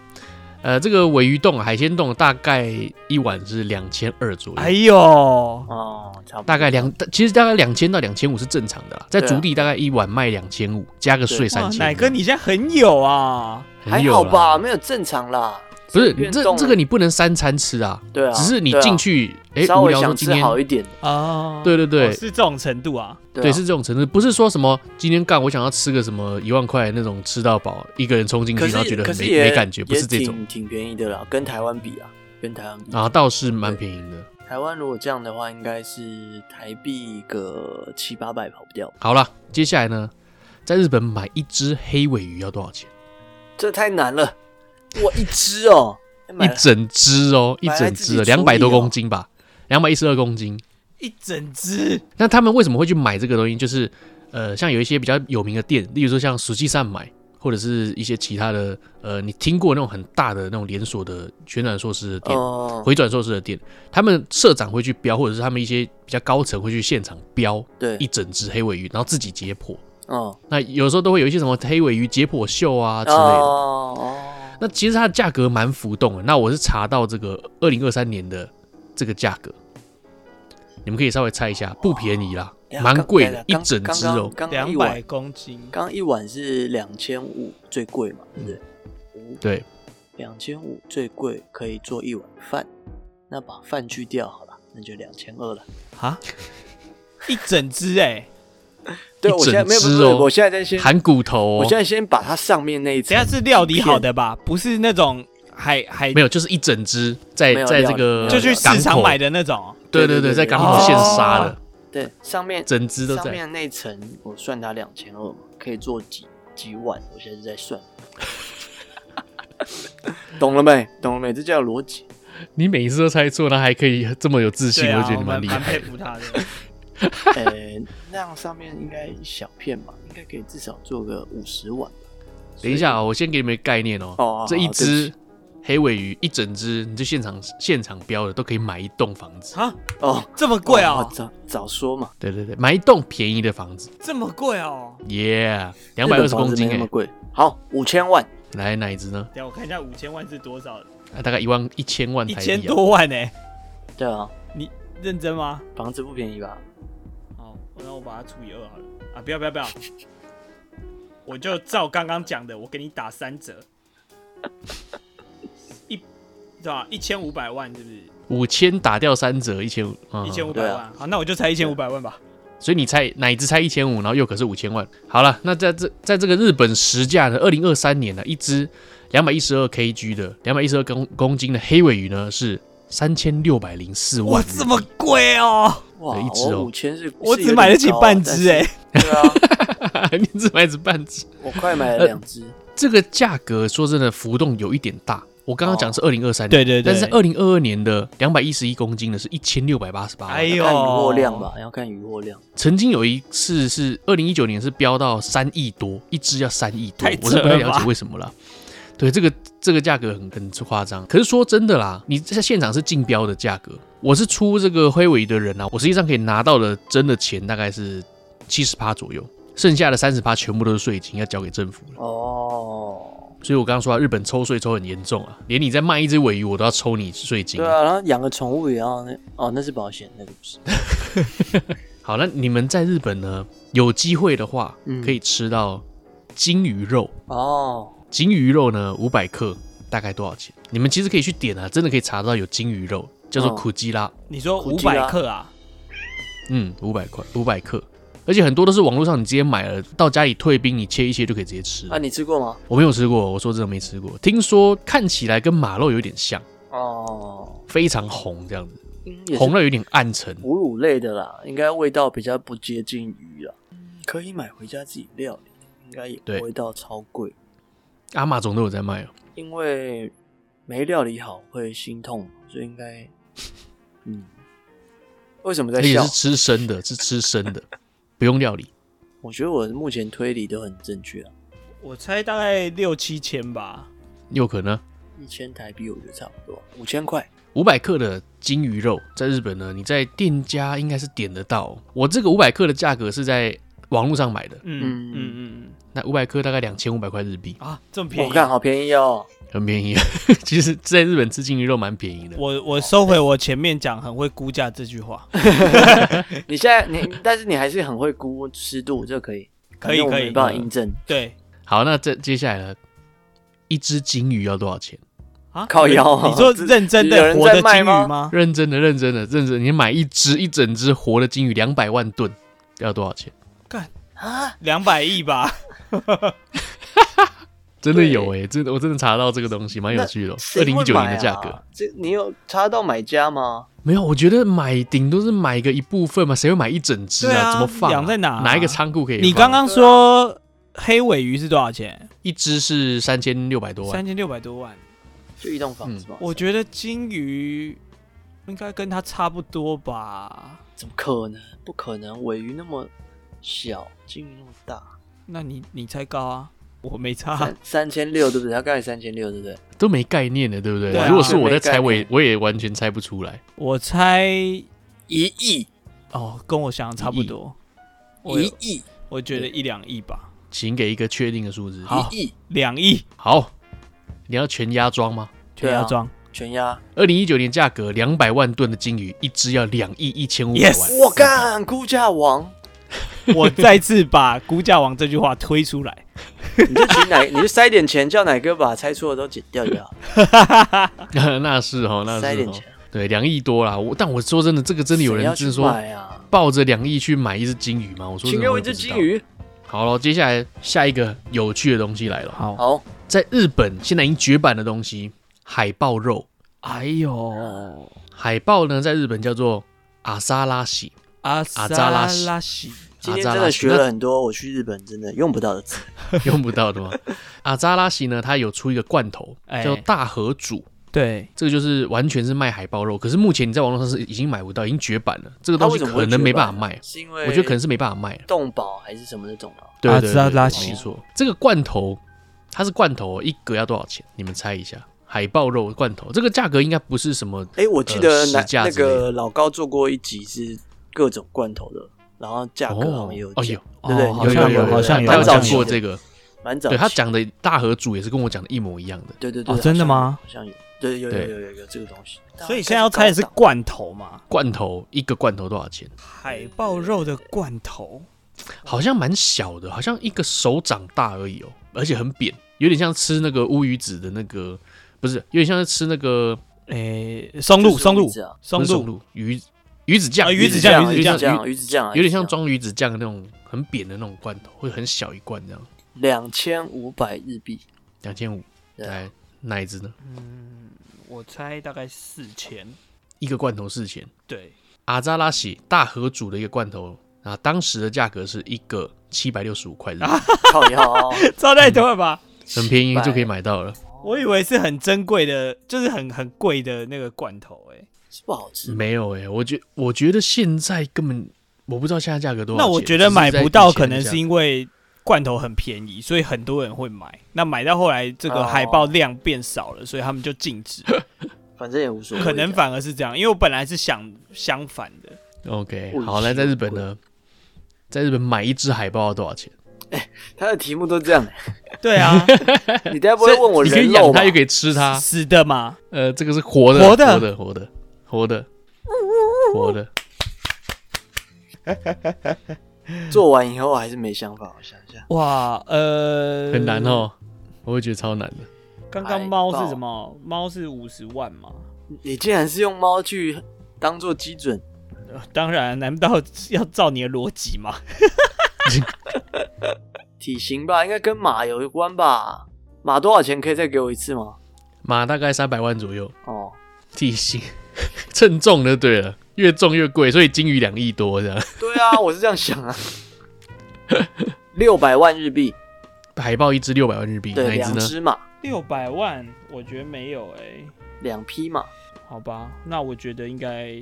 S1: 呃，这个尾鱼冻、海鲜冻大概一碗是两千二左右。
S2: 哎呦，
S3: 哦，差不多。
S1: 大概两，其实大概两千到两千五是正常的啦，在
S3: 对啊
S1: 竹地大概一碗卖两千五，加个税
S3: 对
S1: 三
S2: 哇
S1: 千。
S2: 奶哥你现在很有啊！
S1: 很
S3: 还
S1: 有
S3: 好
S1: 啦？
S3: 吧，没有正常啦。
S1: 不是
S3: 运
S1: 这
S3: 动
S1: 这个你不能三餐吃啊，
S3: 对啊，
S1: 只是你
S3: 对啊
S1: 进去，哎、
S3: 稍
S1: 无
S3: 微
S1: 聊说
S3: 想
S1: 今
S3: 吃
S1: 天，
S3: 好一点的。
S2: 哦，
S1: 对对对
S2: 哦，是这种程度啊。
S1: 对，
S3: 啊
S1: 是这种程度，不是说什么今天干我想要吃个什么一万块那种吃到饱，一个人冲进去
S3: 可
S1: 然后觉
S3: 是
S1: 得
S3: 可
S1: 很
S3: 是
S1: 没
S3: 也
S1: 没感觉，不
S3: 也
S1: 是这种
S3: 挺挺便宜的啦，跟台湾比啊，跟台湾比
S1: 啊，倒是蛮便宜的。
S3: 台湾如果这样的话，应该是台币个七八百跑不掉，
S1: 好了，接下来呢，在日本买一只黑尾鱼要多少钱？
S3: 这太难了。哇，一只哦，
S1: 一
S3: 买了
S1: 整只哦，一
S3: 买来
S1: 整
S3: 自己
S1: 只
S3: 处
S1: 两百
S3: 理
S1: 多
S3: 哦
S1: 公斤吧，两百一十二公斤。
S2: 一整只，
S1: 那他们为什么会去买这个东西？就是呃，像有一些比较有名的店，例如说像暑期上买，或者是一些其他的呃，你听过那种很大的那种连锁的旋转寿司的店、
S3: 哦，
S1: 回转寿司的店，他们社长会去标，或者是他们一些比较高层会去现场标
S3: 对
S1: 一，整只黑尾鱼，然后自己解剖。
S3: 哦，
S1: 那有时候都会有一些什么黑尾鱼解剖秀啊之类的。
S3: 哦哦，
S1: 那其实它的价格蛮浮动的。那我是查到这个二零二三年的这个价格，你们可以稍微猜一下，不便宜啦，
S3: 哎呀
S1: 蛮
S3: 刚
S1: 贵
S3: 对
S1: 的
S3: 了，
S1: 一
S3: 刚
S1: 整
S3: 刚
S1: 只哦。
S3: 刚刚
S2: 两
S3: 一
S2: 百
S3: 碗，
S2: 公斤，
S3: 刚一碗是两千五最贵嘛，对不对？
S1: 对，
S3: 两千五最贵可以做一碗饭，那把饭去掉好了，那就两千二了。
S2: 啊，一整只哎、
S1: *laughs*
S3: 对，啊
S1: 一
S3: 我现在
S1: 整
S3: 没有，不
S1: 只
S3: 是
S1: 哦
S3: 我现在在先，
S1: 含骨头
S3: 我
S1: 哦
S3: 现，在先把它上面那一
S2: 等
S3: 层
S2: 下，是料理好的吧？不是那种海海
S1: 没有，就是一整只在
S3: 没有
S1: 在
S3: 料
S1: 这个
S3: 理
S2: 就去市
S1: 港
S2: 场
S1: 口
S2: 买，的那种，
S1: 对对
S3: 对对
S1: 对，
S3: 对
S1: 在港口
S2: 哦
S1: 现杀的，
S3: 对，上面
S1: 整只都
S3: 上
S1: 在。
S3: 面那一层，我算它两千二嘛，可以做几几碗，我现在在算。 *laughs* 懂了没？懂了没？这叫
S1: *laughs*
S3: 逻辑。
S1: 你每一次都猜错，那还可以这么有自信，
S2: 对啊，
S1: 我觉得你
S2: 蛮
S1: 蛮厉
S2: 蛮
S1: 害
S2: 佩
S1: 的。
S2: 服他的。
S3: 呃、那样上面应该一小片吧，应该可以至少做个五十碗吧。
S1: 等一下啊，我先给你们一个概念哦。
S3: 哦
S1: 这一
S3: 好好对
S1: 只
S3: 不
S1: 黑尾鱼，一整只，你就现场现场标的，都可以买一栋房子。
S2: 啊，
S3: 哦，
S2: 这么贵哦，
S3: 早早说嘛，
S1: 对对对，买一栋便宜的房子。
S2: 这么贵哦。
S1: 耶，两
S3: 日
S1: 百
S3: 本
S1: 二十
S3: 房
S1: 公
S3: 子
S1: 斤
S3: 没那么
S1: 哎、
S3: 贵。好，五千万，
S1: 来哪一只呢？
S2: 等下我看一下五千万是多少，
S1: 啊、大概一万一千万
S2: 一
S1: 台
S2: 千
S1: 币、啊，
S2: 多万呢、
S3: 对啊，
S2: 你认真吗？
S3: 房子不便宜吧？
S2: 好，那我把它除以二好了。啊，不要不要
S1: *laughs*
S2: 不要，我就照刚刚讲的，我给你打三折， *laughs* 一对吧？一千五百万是不是？
S1: 五千打掉三折，一千五，
S2: 一千五百
S3: 对
S2: 万
S3: 啊，
S2: 好，那我就猜一千五百万吧。
S1: 所以你猜哪一只猜一千五，然后又可是五千万。好了，那在这在这个日本实价的二零二三年呢、一只两百一十二 kg 的两百一十二公公斤的黑尾鱼呢是三千六百零四
S2: 哇，
S1: 万日币，
S2: 这么贵哦！
S3: 哇，
S1: 对一只哦
S3: 我五千是，
S2: *laughs* 我
S3: 是
S2: 只
S3: 有
S2: 买得
S3: 点
S2: 起
S3: 高啊
S2: 半只哎、，
S3: 但是对啊，
S1: *laughs* 你只买只半只，
S3: 我快买了两只，
S1: 这个价格说真的浮动有一点大。我刚刚讲是二零二三年，
S2: 哦对对对
S1: 但是二零二二年的两百一十一公斤的是一千六百八十八，
S2: *laughs* 哎
S3: 要
S2: 呦，
S3: 看鱼货量吧，要看鱼货量。
S1: 曾经有一次是二零一九年是飙到三亿多，一只要三亿多
S2: 太，扯
S1: 我是不太
S2: 了
S1: 了
S2: 吧
S1: 解为什么啦。对，这个这个价格很很夸张。可是说真的啦，你在现场是竞标的价格，我是出这个灰尾的人啊，我实际上可以拿到的真的钱大概是七十趴左右，剩下的三十趴全部都是税金要交给政府了。
S3: 哦，
S1: 所以我刚刚说啊，日本抽税抽很严重啊，连你在卖一只尾鱼，我都要抽你税金
S3: 对。啊，然后养个宠物也要那哦，那是保险，那个不是。
S1: 好，那你们在日本呢，有机会的话
S3: 嗯，
S1: 可以吃到金鱼肉。
S3: 哦，
S1: 金鱼肉呢，五百克大概多少钱？你们其实可以去点啊，真的可以查到有金鱼肉，叫做
S3: 哦
S1: 苦基拉，
S2: 你说
S3: 估
S2: 五
S3: 计
S2: 百
S3: 啦
S2: 克啊？
S1: 嗯，五百块，五百克，而且很多都是网络上你直接买了，到家里退冰，你切一切就可以直接吃了。
S3: 啊，你吃过吗？
S1: 我没有吃过，我说真的没吃过。听说看起来跟马肉有点像，
S3: 哦，
S1: 非常红这样子，
S3: 嗯也是
S1: 红到有点暗沉。
S3: 哺乳类的啦，应该味道比较不接近鱼啦，可以买回家自己料理，应该也
S1: 对
S3: 不会到超贵，
S1: 阿玛总都有在卖哦。
S3: 因为没料理好会心痛，所以应
S1: *laughs*
S3: 该，嗯，为什么在
S1: 而且
S3: 笑
S1: 是？吃生的，是吃生的， *laughs* 不用料理。
S3: 我觉得我目前推理都很正确啊，
S2: 我猜大概六七千吧。
S1: 又可啊呢，
S3: 一千台币我觉得差不多，五千块
S1: 五百克的金鱼肉在日本呢，你在店家应该是点得到哦。我这个五百克的价格是在网络上买的，
S2: 嗯
S3: 嗯
S2: 嗯嗯
S1: 那五百克大概两千五百块日币，
S2: 嗯啊，这么便
S3: 我
S2: 宜。
S3: 看好便宜
S1: *laughs*
S3: 哦，
S1: 很便宜。啊其实在日本吃金鱼肉蛮便宜的。
S2: 我我收回我前面讲很会估价这句
S3: *laughs*
S2: 话，
S3: 你现在你，但是你还是很会估湿度，这可以，
S2: 可以
S3: 反正我
S2: 可
S3: 没
S2: 以，
S1: 嗯
S3: 办法印证。
S2: 对
S1: 好，那这接下来呢，一只金鱼要多少钱？
S2: 啊，
S3: 靠腰哦
S2: 你说认真
S3: 有
S2: 的
S3: 人
S2: 活的
S3: 在
S2: 金
S3: 卖
S2: 鱼
S3: 吗
S2: 吗？
S1: 认真的，认真的，认真的，你买一只一整只活的金鱼，两百万吨要多少钱？
S3: 啊，
S2: 两百亿吧，
S1: 真的
S3: 对
S1: 有诶、欸真的我真的查到这个东西，蛮有趣的、哦。二
S3: 谁
S1: 零
S3: 会
S1: 一九年的
S3: 买
S1: 价
S3: 啊
S1: 格，
S3: 这你有查到买家吗？
S1: 没有，我觉得买顶多是买个一部分嘛，谁会买一整只
S2: 对啊
S1: 怎么放、
S2: 养在哪啊
S1: 哪一个仓库可
S3: 哎
S1: 以放？
S2: 你刚刚说黑尾鱼是多少钱？
S1: 一只是三千六百多万，
S2: 三千六百多万，
S3: 就一栋房子
S1: 嗯
S3: 吧。
S2: 我觉得金鱼应该跟它差不多吧。
S3: 怎么可能？不可能，尾鱼那么小，金鱼那么大，
S2: 那你你才高啊，我没差
S3: 三。三千六对不对？他刚才三千六对不对？
S1: 都没概念的，对不对？
S2: 对啊
S1: 如果是我在猜，
S3: 没概念
S1: 我也我也完全猜不出来。
S2: 我猜
S3: 一亿，
S2: 哦，跟我想的差不多。我
S3: 一亿，
S2: 我觉得一两亿吧，
S1: 请给一个确定的数字。
S2: 好
S3: 一亿，
S2: 两亿
S1: 好，你要全压装吗？
S2: 全
S3: 对啊
S2: 要
S3: *laughs*
S2: 装。
S3: 全压！
S1: 二零一九年价格两百万吨的金鱼，一只要两亿一千五百万。
S2: Yes
S3: 我干，估价王，
S2: 我再次把“估价王”这句话推出来。
S3: 你就请 *laughs* 奶，你就塞点钱叫奶哥把猜错的都剪掉就好，
S1: *laughs* 那是哦，那
S3: 塞
S1: 是
S3: 点
S1: 哦
S3: 钱，，
S1: 对，两亿多啦。我但我说真的，这个真的有
S3: 谁
S1: 人
S3: 要
S1: 是
S3: 去
S1: 说
S3: 买啊？
S1: 抱着两亿去买一只金鱼吗？我说
S3: 请
S1: 真
S3: 给
S1: 的
S3: 我
S1: 我也
S3: 一
S1: 不
S3: 只
S1: 知
S3: 金
S1: 道。
S3: 鱼。
S1: 好了，接下来下一个有趣的东西来了。
S2: 好，
S3: 好，
S1: 在日本现在已经绝版的东西，海豹肉。
S2: 哎
S1: 哦
S2: 呦，
S1: 海豹呢，在日本叫做阿萨拉喜。
S2: 阿
S1: 阿扎拉西
S2: 拉西，
S3: 今
S1: 阿
S3: 天
S1: 扎
S3: 真
S1: 拉
S3: 的
S1: 西
S3: 学了很多，我去日本真的用不到的词。
S1: 用不到的吗？阿扎拉西呢，它有出一个罐头
S2: 哎
S1: 叫大和煮，
S2: 对，
S1: 这个就是完全是卖海豹肉，可是目前你在网络上是已经买不到，已经绝版了，这个
S3: 他
S1: 东
S3: 为
S1: 西
S3: 什么
S1: 可
S3: 会
S1: 能
S3: 绝
S1: 没
S3: 版
S1: 办法卖，啊
S3: 是因为
S1: 我觉得可能是没办法卖了。
S3: 动保还是什么那种啊？
S1: 对
S2: 阿
S1: 对
S2: 扎
S1: 对
S2: 拉
S1: 对，
S2: 西
S1: 没错，这个罐头它是罐头，哦一格要多少钱？你们猜一下，海豹肉罐头这个价格应该不是什么，
S3: 哎，我记得
S1: 呃
S3: 那
S1: 实价
S3: 那
S1: 之类的
S3: 个老高做过一集是各种罐头的，然后价格好像也有
S1: 哦
S3: 讲，
S1: 有
S3: 对不对？
S2: 哦
S1: 有
S3: 你
S2: 好像
S1: 有有，
S2: 好像有
S1: 他
S3: 蛮
S1: 有
S3: 早
S1: 讲
S3: 期
S1: 过
S3: 的
S1: 这个，
S3: 蛮早期
S1: 对
S3: 的，
S1: 他讲的大和煮也是跟我讲的一模一样的，
S3: 对对
S2: 哦
S3: 对，
S2: 真的吗
S3: 好像有？好像有，对，有有
S1: 对
S3: 有有有这个东西。
S2: 所以现在要猜的是
S3: 大概
S2: 罐头嘛？
S1: 罐头一个罐头多少钱？
S2: 海豹肉的罐头，
S1: 好像蛮小的，好像一个手掌大而已哦，而且很扁，有点像吃那个乌鱼子的那个，不是，有点像是吃那个
S2: 诶，松
S3: 高，
S2: 露，松露
S3: 这，是
S1: 不
S2: 松
S1: 是松
S2: 露，
S1: 露鱼鱼子酱，
S2: 啊
S3: 鱼
S2: 鱼
S3: 子
S2: 子
S3: 酱
S2: 酱
S3: 啊，
S2: 鱼子
S1: 酱
S3: 鱼酱，鱼子酱啊，
S1: 有点像装鱼子酱的那种很扁的那种罐头，会很小一罐这样，
S3: 两千五百日币，
S1: 两千五。
S3: 对啊
S1: 来，哪一只呢？
S2: 我猜大概四千，
S1: 一个罐头四钱，
S2: 对， *laughs*
S1: 阿扎拉喜大和煮的一个罐头啊，当时的价格是一个七百六十五块日币，
S2: 啊
S3: 靠腰，
S2: 超太多了吧？
S1: *laughs* 很便宜
S3: 700
S1: 就可以买到了。
S3: 哦
S2: 我以为是很珍贵的，就是很很贵的那个罐头、欸，
S3: 是不好吃。
S1: 没有诶、欸我觉我觉得现在根本我不知道现在价格多少
S2: 那
S1: 钱。
S2: 我觉得买
S1: 只在
S2: 不到，
S1: 以前
S2: 可
S1: 的
S2: 能
S1: 价
S2: 是
S1: 格
S2: 因为罐头很便宜，所以很多人会买。那买到后来，这
S1: 哦
S2: 个海报量变少了，所以他们就禁
S1: *laughs*
S2: 止。
S3: 反正也无所谓，
S2: 可能反而是这样，因为我本来是想相反
S1: *laughs*
S2: 的，
S1: OK，
S3: 我
S1: 好，那
S3: 去
S1: 在日本呢，在日本买一只海豹要多少钱？
S3: 他的题目都这
S1: *laughs*
S3: 样。
S2: 对 *laughs* 啊，
S3: 你等下不会问我
S1: 你可
S3: 人
S1: 以养
S3: 肉
S1: 它，
S3: 吧
S1: 又？可以吃它。
S2: 死的嘛，
S1: 呃，这个是活的，
S2: 活的
S1: 活的，活的，活的，活的。
S3: 做完以后还是没想法，我想一下，
S2: 哇，呃，
S1: 很难。哦，我会觉得超难的。
S2: 刚刚猫是什么？猫是五十万嘛？ *laughs*
S3: 你竟然是用猫去当做基准，
S2: 呃当然，难道要照你的逻辑吗？ *laughs*
S3: 体型吧，应该跟马有关吧？马多少钱？可以再给我一次吗？
S1: 马大概三百万左右，
S3: 哦，
S1: 体型 *laughs* 称重就对了，越重越贵，所以金鱼两亿多这样。
S3: 对啊，我是这样
S1: *laughs*
S3: 想啊。六百万日币，
S1: 海豹一只六百万日币，哪
S3: 对，
S1: 一只
S3: 两
S1: 呢？
S3: 只马，
S2: 六百万，我觉得没有哎、
S3: 两匹马，
S2: 好吧，那我觉得应该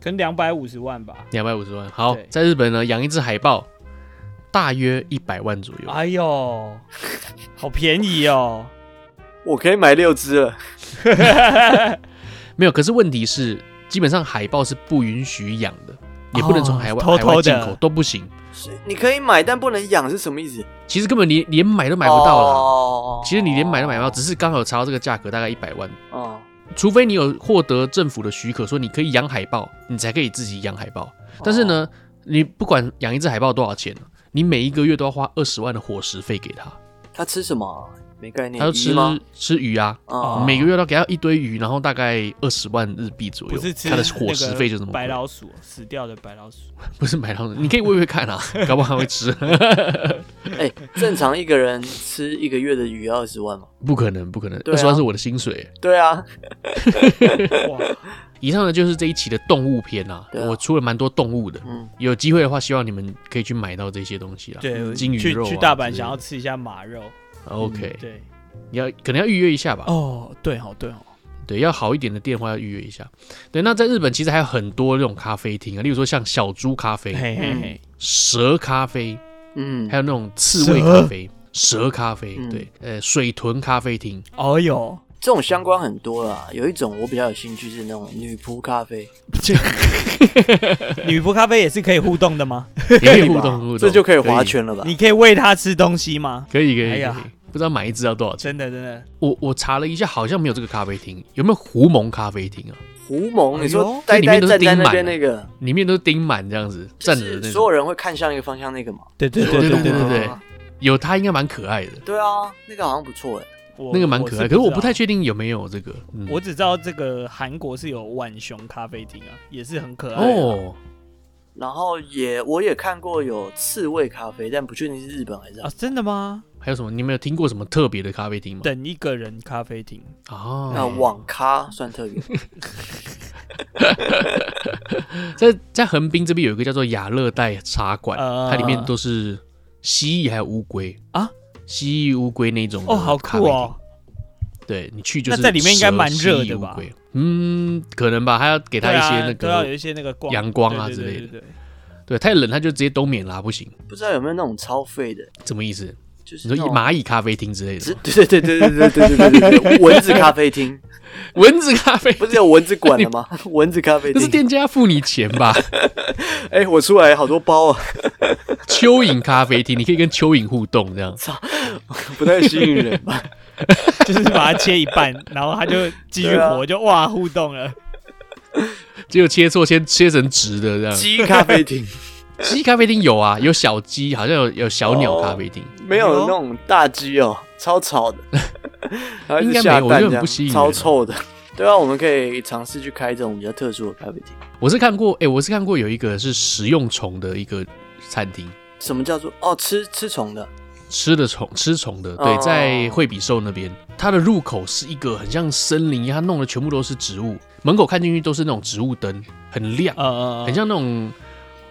S2: 可能两百五十万吧。
S1: 两百五十万。好
S2: 对，
S1: 在日本呢，养一只海豹大约一百万左右。
S2: 哎呦，好便宜哦！
S1: 哎
S3: 我可以买六只了。
S1: 没有，可是问题是，基本上海豹是不允许养的，也不能从海外、
S2: 哦偷
S1: 海外
S2: 偷的
S1: 进口，都不行。
S3: 是你可以买，但不能养是什么意思？
S1: 其实根本连连买都买不到啦。
S3: 哦
S1: 其实你连买都买不到，只是刚好有查到这个价格，大概一百万。
S3: 哦，
S1: 除非你有获得政府的许可，说你可以养海豹，你才可以自己养海豹。但
S3: 哦
S1: 是呢，你不管养一只海豹多少钱，你每一个月都要花二十万的伙食费给它，
S3: 它吃什么啊？没概念。
S1: 它就
S3: 鱼
S1: 吃
S3: 吗？
S1: 吃鱼啊，
S3: 哦
S2: 没
S1: 每个月都给它一堆鱼，然后大概二十万日币左
S2: 不
S1: 右
S2: 是。吃
S1: 它的伙食费就这么贵
S2: 那个白老鼠哦死掉的白老
S1: *laughs*
S2: 鼠，
S1: 不是白老鼠，你可以喂喂看
S2: *laughs*
S1: 啊，搞不好它会吃。
S3: 哎、正常一个人吃一个月的鱼要二十万吗？
S1: 不可能，不可能，
S3: 对
S1: 二
S3: 啊
S1: 十、万是我的薪水。
S3: 对啊，
S2: 哇，
S1: 以上呢就是这一期的动物篇啊，
S3: 对啊
S1: 我出了蛮多动物的，
S3: 嗯，
S1: 有机会的话，希望你们可以去买到这些东西啦。*laughs*
S2: 对，
S1: 金鱼
S2: 去
S1: 肉啊
S2: 去大
S1: 之
S2: 阪
S1: 类的
S2: 想要吃一下马肉，嗯
S1: OK，、
S2: 对，
S1: 你要可能要预约一下吧。
S2: 哦，对哦，对哦，
S1: 对，要好一点的店的话要预约一下。对，那在日本其实还有很多那种咖啡厅啊，例如说像小猪咖啡、
S2: 嘿嘿嘿，
S1: 嗯蛇咖啡，
S3: 嗯
S1: 还，有那种刺猬
S2: 蛇
S1: 咖啡、蛇咖啡，
S3: 嗯
S1: 对，呃，水豚咖啡
S3: *laughs*
S1: 厅。*laughs*
S2: 哦哟，
S3: 这种相关很多啦。有一种我比较有兴趣是那种女仆咖啡，
S2: 女仆咖啡也是可以互动的
S1: *laughs*
S2: 吗？
S1: 也可以
S3: 吧
S1: 互动互动，
S3: 这就可以划拳了吧？
S2: 你可以喂它吃东西吗？
S1: 可以，可以可
S2: 哎
S1: 以，
S2: 呀
S1: 可以。不知道买一支要多少钱？
S2: 真的真的，
S1: 我我查了一下，好像没有这个咖啡厅，有没有狐獴咖啡厅啊？
S3: 狐獴，你
S2: 哎
S3: 说
S2: 呦
S1: 这
S3: 呆
S1: 里面
S3: 呆
S1: 都是
S3: 站在
S1: 钉
S3: 那
S1: 满
S3: 边
S1: 的
S3: 那个，
S1: 里面都是钉满这样子
S3: 就
S1: 站着的
S3: 是
S1: 那
S3: 所有
S1: 种，
S3: 人会看向一个方向那个嘛？
S2: 对对
S1: 对
S2: 对
S1: 对
S2: 对
S1: 对对
S2: 对
S1: 对，有它应该蛮可爱的，
S3: 对啊，那个好像不错哎。
S2: 我
S1: 那个蛮可爱。可是我不太
S2: 知
S1: 确定有没有这个。嗯
S2: 道，我只知道这个韩国是有浣熊咖啡厅啊，也是很可爱啊。
S1: 哦，
S3: 然后也我也看过有刺猬咖啡，但不确定是日本还是
S2: 啊，真的吗？
S1: 还有什么？你们有听过什么特别的咖啡厅吗？
S2: 等一个人咖啡厅，
S1: 哦，
S3: 那网咖算特别。
S1: 在在横滨这边有一个叫做雅乐代茶馆，
S2: 呃
S1: 它里面都是蜥蜴还有乌龟
S2: 啊，
S1: 蜥蜴乌龟那种的
S2: 哦，好
S1: 咖
S2: 酷
S1: 啡厅
S2: 哦！
S1: 对你去就是
S2: 那在里面应该蛮热的吧啊
S1: 蛇蜥蜴乌龟？嗯，可能吧，还要给
S2: 给
S1: 它一些那
S2: 都要
S1: 个，
S2: 有一些那个光
S1: 阳光啊
S2: 对对
S1: 之类
S2: 对
S1: 的
S2: 对对
S1: 对，太冷它就直接冬眠啦，不行，
S3: 不知道有没有那种超废的，
S1: 什么意思？
S3: 就是
S1: 你
S3: 那
S2: 哦
S1: 说
S3: 种
S1: 蚂蚁咖啡厅之类
S3: 只
S1: 的吗，
S3: 对对对对对对对对对对，蚊子咖啡厅
S1: 蚊子咖啡
S3: 不是有蚊子馆了吗？ *laughs* 蚊子咖啡
S1: 那是
S3: 厅，
S1: 店家付你钱吧？ *laughs*
S3: 哎、我出来好多包啊， *laughs*
S1: 蚯蚓咖啡厅，你可以跟蚯蚓互动这样。
S3: 不太吸引人吧？
S2: 就是把它切一半， *laughs* 然后它就继续
S3: 对啊
S2: 活，就哇互动了。
S1: 只有切错，先切成直的这样。
S3: 鸡咖啡厅
S1: 鸡咖啡厅有啊，有小鸡，好像有有小鸟咖啡厅。
S3: 没有那种大鸡哦，超吵
S1: *laughs*
S3: 的，然后一直
S1: 应该
S3: 下
S1: 没有
S3: 蛋
S1: 我觉得
S3: 这
S1: 很
S3: 样
S1: 不吸引人
S3: 超臭的。对啊，我们可以尝试去开这种比较特殊的咖啡厅。
S1: 我是看过，哎、我是看过有一个是食用虫的一个餐厅，
S3: 什么叫做哦吃吃虫的？
S1: 吃的虫，吃虫的，
S3: 哦
S1: 对，在惠比寿那边，它的入口是一个很像森林一样，它弄的全部都是植物，门口看进去都是那种植物灯，很亮，
S3: 啊
S2: 呃，
S1: 很像那种。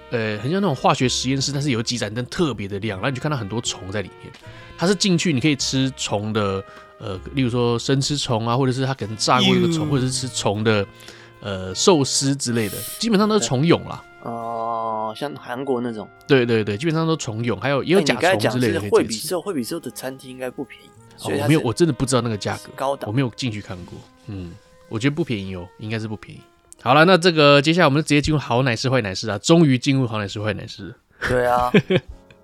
S1: 呃，很像那种化学实验室，但是有几盏灯特别的亮，然后你就看到很多虫在里面。它是进去，你可以吃虫的，呃，例如说生吃虫啊，或者是它可能炸过一个虫，
S2: 哟
S3: 嗯
S1: 或者是吃虫的，呃，寿司之类的，基本上都是虫蛹啦。
S3: 哦，像韩国那种，
S1: 对对对，基本上都虫蛹，还有也有
S3: 哎
S1: 甲
S3: 你刚才
S1: 虫
S3: 讲
S1: 之类
S3: 是
S1: 的可以
S3: 惠
S1: 自
S3: 比
S1: 己吃。
S3: 寿，惠比寿的餐厅应该不便宜，所以
S1: 哦，
S3: 它
S1: 我没有，
S3: 是
S1: 我真的不知道那个价格，
S3: 高档
S1: 我。没有进去看过。嗯，我觉得不便宜哦，应该是不便宜。好了，那这个接下来我们就直接进入好奶是坏奶是啊，终于进入好奶是坏奶是。*laughs*
S3: 对啊，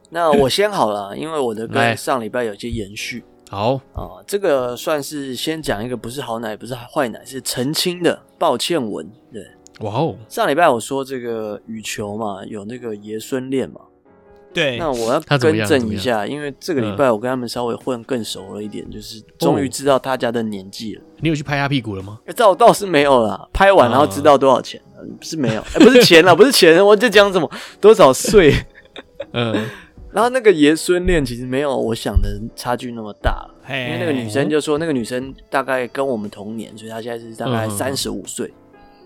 S3: 那我先好了，因为我的
S1: 来
S3: 跟上礼拜有些延续
S1: 好，
S3: 啊、这个算是先讲一个不是好奶，不是坏奶，是澄清的抱歉文。对，
S1: 哇哦，
S3: 上礼拜我说这个羽球嘛，有那个爷孙恋嘛，
S2: 对，
S3: 那我要
S1: 哎他怎么
S3: 更
S1: 样
S3: 正一下，因为这个礼拜我跟他们稍微混更熟了一点，就是终
S1: 哦
S3: 于知道大家的年纪了。
S1: 你有去拍他屁股了吗？
S3: 欸这我倒是没有啦，拍完
S1: 啊
S3: 然后知道多少钱，呃是没有， *laughs* 欸不是钱啦，不是钱，我在讲什么多
S2: *laughs*
S3: 少岁。
S1: 嗯，
S3: 然后那个爷孙恋其实没有我想的差距那么大，
S2: 嘿
S3: 因为那个女生就说那个女生大概跟我们同年，所以她现在是大概
S1: 嗯
S3: 三十五岁。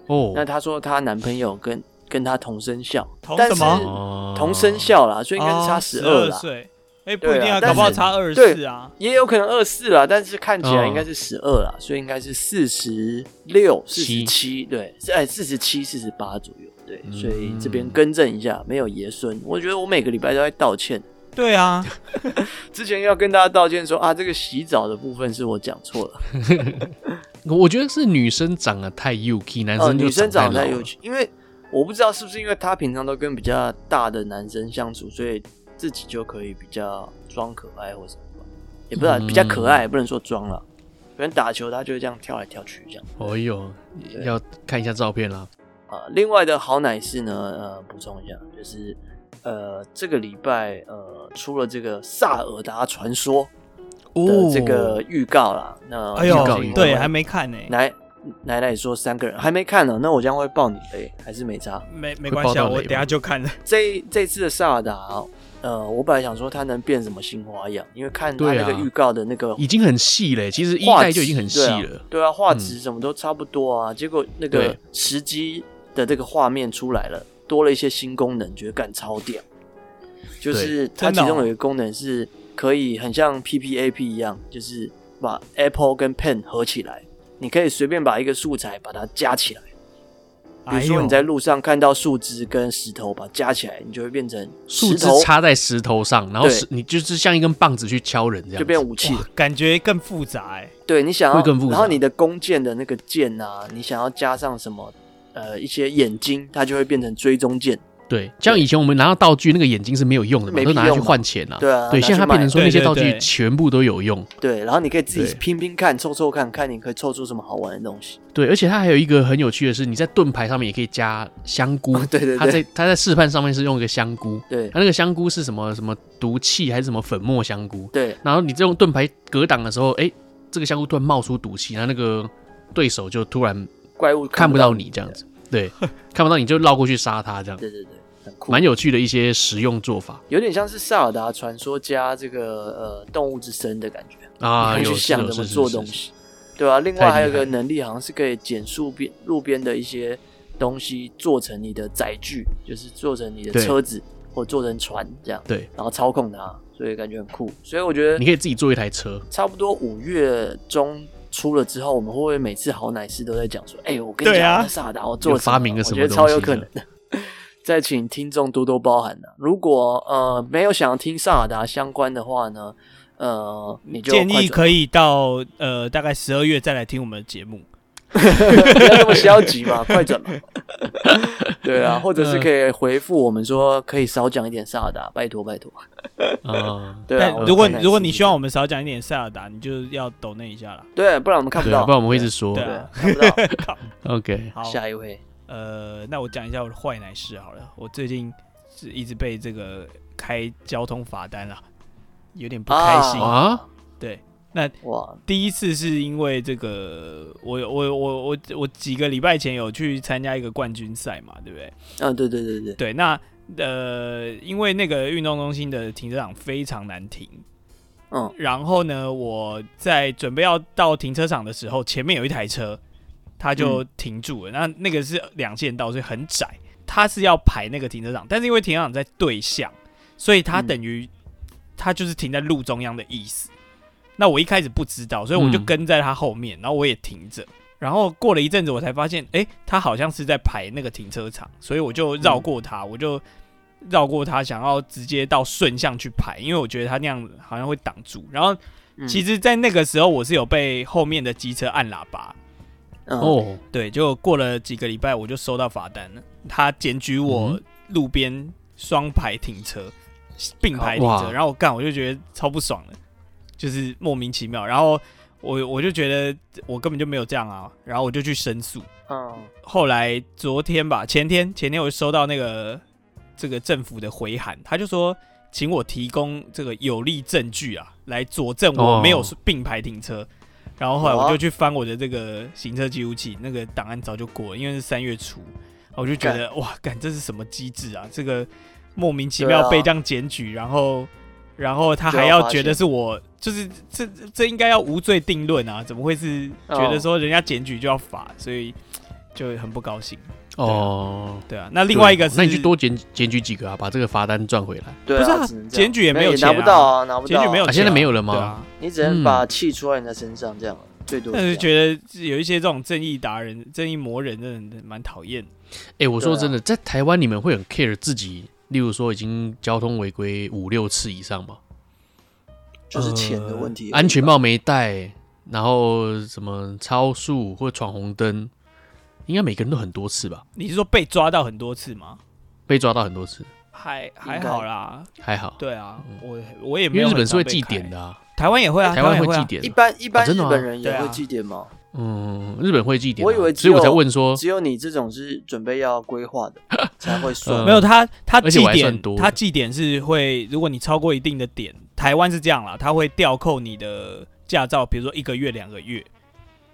S3: 那
S1: 哦，
S3: 她说她男朋友跟跟她同生肖，
S2: 同
S3: 但
S2: 什
S3: 是
S2: 么
S1: 哦
S3: 同生肖啦，所以应该是差
S2: 哦
S3: 十二
S2: 二
S3: 啦，
S2: 岁，哎，不
S3: 对
S2: 一
S3: 啊
S2: 定啊，
S3: 但
S2: 搞不好
S3: 是
S2: 差二
S3: 对
S2: 四啊。
S3: 也有可能二四啦，但是看起来
S1: 嗯
S3: 应该是十二啦，所以应该是四十六、四
S1: 七
S3: 十七，对，是哎四十七、四十八左右。对，
S1: 嗯
S3: 所以这边更正一下，没有爷孙。我觉得我每个礼拜都在道歉，
S1: *laughs*
S2: 对啊，
S3: 之前要跟大家道歉说啊，这个洗澡的部分是我讲错了。
S1: 我觉得是女生长得太 UK，男
S3: 哦，
S1: 生
S3: 女
S1: 就
S3: 生长
S1: 长
S3: 得
S1: 太
S3: 太
S1: 老
S3: 有
S1: 了
S3: 趣，因为我不知道是不是因为她平常都跟比较大的男生相处，所以自己就可以比较装可爱或什么吧，也不知道、
S1: 嗯
S3: 比较可爱，不能说装了。可能打球她就会这样跳来跳去这样
S1: 哦哟，要看一下照片啦。
S3: 啊、另外的好奶是呢，呃，补充一下，就是呃，这个礼拜呃出了这个《萨尔达传说》的这个预告啦。那
S2: 哦
S1: 哦
S2: 哎
S1: 预
S2: 呦
S1: 告预，告
S2: 对，还没看呢，
S3: 奶奶奶说三个人还没看呢，那我将会爆你雷，还是没差。
S2: 没没
S1: 会
S2: 关系啊，
S1: 爆到
S2: 我
S1: 雷
S2: 等下
S1: 吗
S2: 就看了。
S3: 这这次的萨尔达，呃，我本来想说它能变什么新花样，因为看它
S1: 对
S3: 那
S1: 啊
S3: 个预告的那个
S1: 已经很细嘞，其实一
S3: 画
S1: 代
S3: 质
S1: 就已经很细
S3: 哦对
S1: 了嗯
S3: 啊，。对啊，画质什么都差不多啊。结果那个
S1: 对
S3: 时机的这个画面出来了，多了一些新功能，觉得干超屌。就是它
S2: 真的
S3: 其
S2: 哦
S3: 中有一个功能是可以很像 PPAP 一样，就是把 Apple 跟 Pen 合起来，你可以随便把一个素材把它加起来。比如
S4: 哎
S3: 说
S4: 呦
S3: 你在路上看到树枝跟石头，把它加起来，你就会变成
S1: 树
S3: 石
S1: 枝
S3: 头，
S1: 插在石头上，然后
S3: 对
S1: 石你就是像一根棒子去敲人这样子，
S3: 就变武器了
S2: 哇。，感觉更复杂哎、
S3: 对你想要
S1: 会更复，杂
S3: 然后你的弓箭的那个箭啊，你想要加上什么呃一些眼睛，它就会变成追踪箭。
S1: 对，像以前我们拿到道具，那个眼睛是没有用的嘛，
S3: 没
S1: 都拿来
S3: 屁
S1: 去
S3: 用嘛
S1: 换钱啊。
S3: 对啊拿
S1: 现在
S3: 去
S1: 它变成说
S4: 卖
S1: 那些
S4: 对对
S1: 道具
S4: 对
S1: 全部都有用。
S3: 对，然后你可以自己
S1: 对
S3: 拼拼看，凑凑看看你可以凑出什么好玩的东西。
S1: 对，而且它还有一个很有趣的是，你在盾牌上面也可以加香菇。
S3: 哦 *laughs* 对对
S1: 它在
S3: 对
S1: 它在示范上面是用一个香菇，
S3: 对
S1: 它那个香菇是什么什么毒气还是什么粉末香菇？
S3: 对
S1: 然后你这用盾牌格挡的时候，哎、这个香菇突然冒出毒气，然后那个对手就突然
S3: 怪物
S1: 看
S3: 不
S1: 不到你这样子，对，看不到你就绕过去杀它这样，
S3: 对对对，很酷，
S1: 蛮有趣的一些实用做法
S3: 有点像是塞尔达传说加这个呃动物之森的感觉，
S1: 啊，
S3: 你
S1: 有
S3: 会去
S1: 是
S3: 想
S1: 有
S3: 怎
S1: 是
S3: 么
S1: 是
S3: 做
S1: 是
S3: 东
S1: 是
S3: 西。对啊，另
S1: 太
S3: 外
S1: 厉
S3: 还有一个
S1: 害
S3: 能力，好像是可以捡树边路边的一些东西做成你的载具，就是做成你的
S1: 对
S3: 车子或做成船这样。
S1: 对，
S3: 然后操控它，所以感觉很酷。所以我觉
S1: 你可
S3: 得
S1: 以自己做一台车，
S3: 差不多五月中出了之后，我们会不会每次好奶师都在讲说：“哎、我跟你
S4: 对
S3: 讲，
S4: 啊
S3: 那萨达我做了什么
S1: 有发明了什么
S3: 我觉得超
S1: 东
S3: 有
S1: 西
S3: 可
S1: 呢
S3: 能的。再请听众多多包涵呐、啊如果呃没有想要听萨尔达相关的话呢，呃，你就
S2: 建
S3: 快
S2: 议
S3: 转
S2: 可以到呃大概十二月再来听我们的节目。
S3: *laughs* 不要那么消
S2: *laughs*
S3: 极嘛，快转嘛。对
S2: 嗯
S3: 啊，或者是可以回复我们说，可以少讲一点萨尔达，拜托拜托。
S1: 啊，
S3: 对啊，
S2: 但
S3: 我
S2: 如果
S3: 看奶师
S2: 如果你
S3: 是
S2: 希望我们少讲一点塞尔达，你就要抖那一下啦。
S3: 对，不然我们看不
S1: 对啊，
S3: 到，
S1: 不然我们会一直说
S2: 对。
S3: 对
S2: 啊
S3: 啊，看不到。
S1: OK，
S2: 好，
S3: *laughs* 下一位，
S2: 呃，那我讲一下我的坏奶事好了。我最近是一直被这个开交通罚单啦，有点不开心。
S3: 啊
S1: 啊，
S2: 对，
S3: 哇，
S2: 第一次是因为这个，我我我我我几个礼拜前有去参加一个冠军赛嘛，对不对？
S3: 嗯，对对对对，
S2: 对，那呃，因为那个运动中心的停车场非常难停。
S3: 嗯，
S2: 然后呢，我在准备要到停车场的时候，前面有一台车，它就停住了。那那个是两线道，所以很窄，它是要排那个停车场，但是因为停车场在对向，所以它
S3: 嗯
S2: 等于、它就是停在路中央的意思。那我一开始不知道，所以我就
S1: 嗯
S2: 跟在它后面，然后我也停着。然后过了一阵子，我才发现，哎，它好像是在排那个停车场，所以我就绕过它，我就绕过它，想要直接到顺向去排，因为我觉得它那样好像会挡住。然后
S3: 嗯
S2: 其实，在那个时候，我是有被后面的机车按喇叭，
S3: 嗯
S1: 哦，
S2: 对，就过了几个礼拜，我就收到罚单了。他检举我
S1: 嗯
S2: 路边双排停车、并排停
S1: 哇
S2: 车，然后我干，我就觉得超不爽的，就是莫名其妙。然后我我就觉得我根本就没有这样啊，然后我就去申诉。
S3: 嗯
S2: 后来昨天吧，前天前天我就收到那个这个政府的回函，他就说请我提供这个有力证据啊，来佐证我
S1: 哦
S2: 没有并排停车。然后后来
S3: 哇
S2: 我就去翻我的这个行车记录器，那个档案早就过了，因为是三月初，我就觉得哇，干这是什么机制啊？这个莫名其
S3: 对
S2: 妙
S3: 啊
S2: 被这样检举，然后然后他还
S3: 就要
S2: 要
S3: 罚
S2: 觉得
S3: 钱
S2: 是我，就是这这这应该要无罪定论啊，怎么会是觉得
S3: 哦
S2: 说人家检举就要罚，所以就很不高兴。
S1: 哦，
S2: 对啊，那另外一个
S1: 对
S2: 是，
S1: 那你去多检检举几个啊，把这个罚单赚回来。
S3: 对
S2: 不是啊
S3: 只能这
S2: 检
S3: 样
S2: 举也没
S3: 没
S2: 有
S3: 也
S2: 钱啊
S3: 拿不到啊，拿不到
S2: 检
S3: 啊，
S2: 举没有、
S1: 啊现在没有了吗
S2: 对啊，
S3: 你只能把气出在人家身上这样，最多
S2: 但是
S3: 得
S2: 觉得有一些这种正义达人、正义魔人，真的蛮讨厌。
S1: 哎，我说
S3: 对啊
S1: 真的，在台湾你们会很 care 自己，例如说已经交通违规五六次以上吗？
S3: 就是钱的问题而已吧，
S1: 呃安全帽没戴，然后什么超速或闯红灯，应该每个人都很多次吧？
S2: 你是说被抓到很多次吗？
S1: 被抓到很多次，
S2: 还
S3: 该
S2: 还好啦，
S1: 还好，
S2: 对啊，我我
S1: 嗯
S2: 也
S1: 因
S2: 没
S1: 为
S2: 有
S1: 日本
S2: 很
S1: 是会
S2: 常被
S1: 记
S2: 开
S1: 点，的啊，
S2: 台湾也会啊，
S1: 台湾
S2: 也
S1: 会
S2: 啊
S1: 记点
S3: 一
S1: 的。
S3: 般一般
S1: 啊
S3: 日
S1: 真的吗
S3: 本人
S2: 对
S3: 也
S2: 啊
S3: 会记点吗？
S1: 嗯，日本会记点啊，
S3: 我以为只
S1: 所以
S3: 有
S1: 我才问说，
S3: 只有你这种是准备要规划
S1: *laughs*
S3: 的才会
S1: 呃
S3: 算，
S2: 没有他，他
S1: 而且
S2: 记
S1: 我还算
S2: 点
S1: 多，
S2: 他记点是会，如果你超过一定的点，台湾是这样啦，他会吊扣你的驾照，比如说一个月、两个月。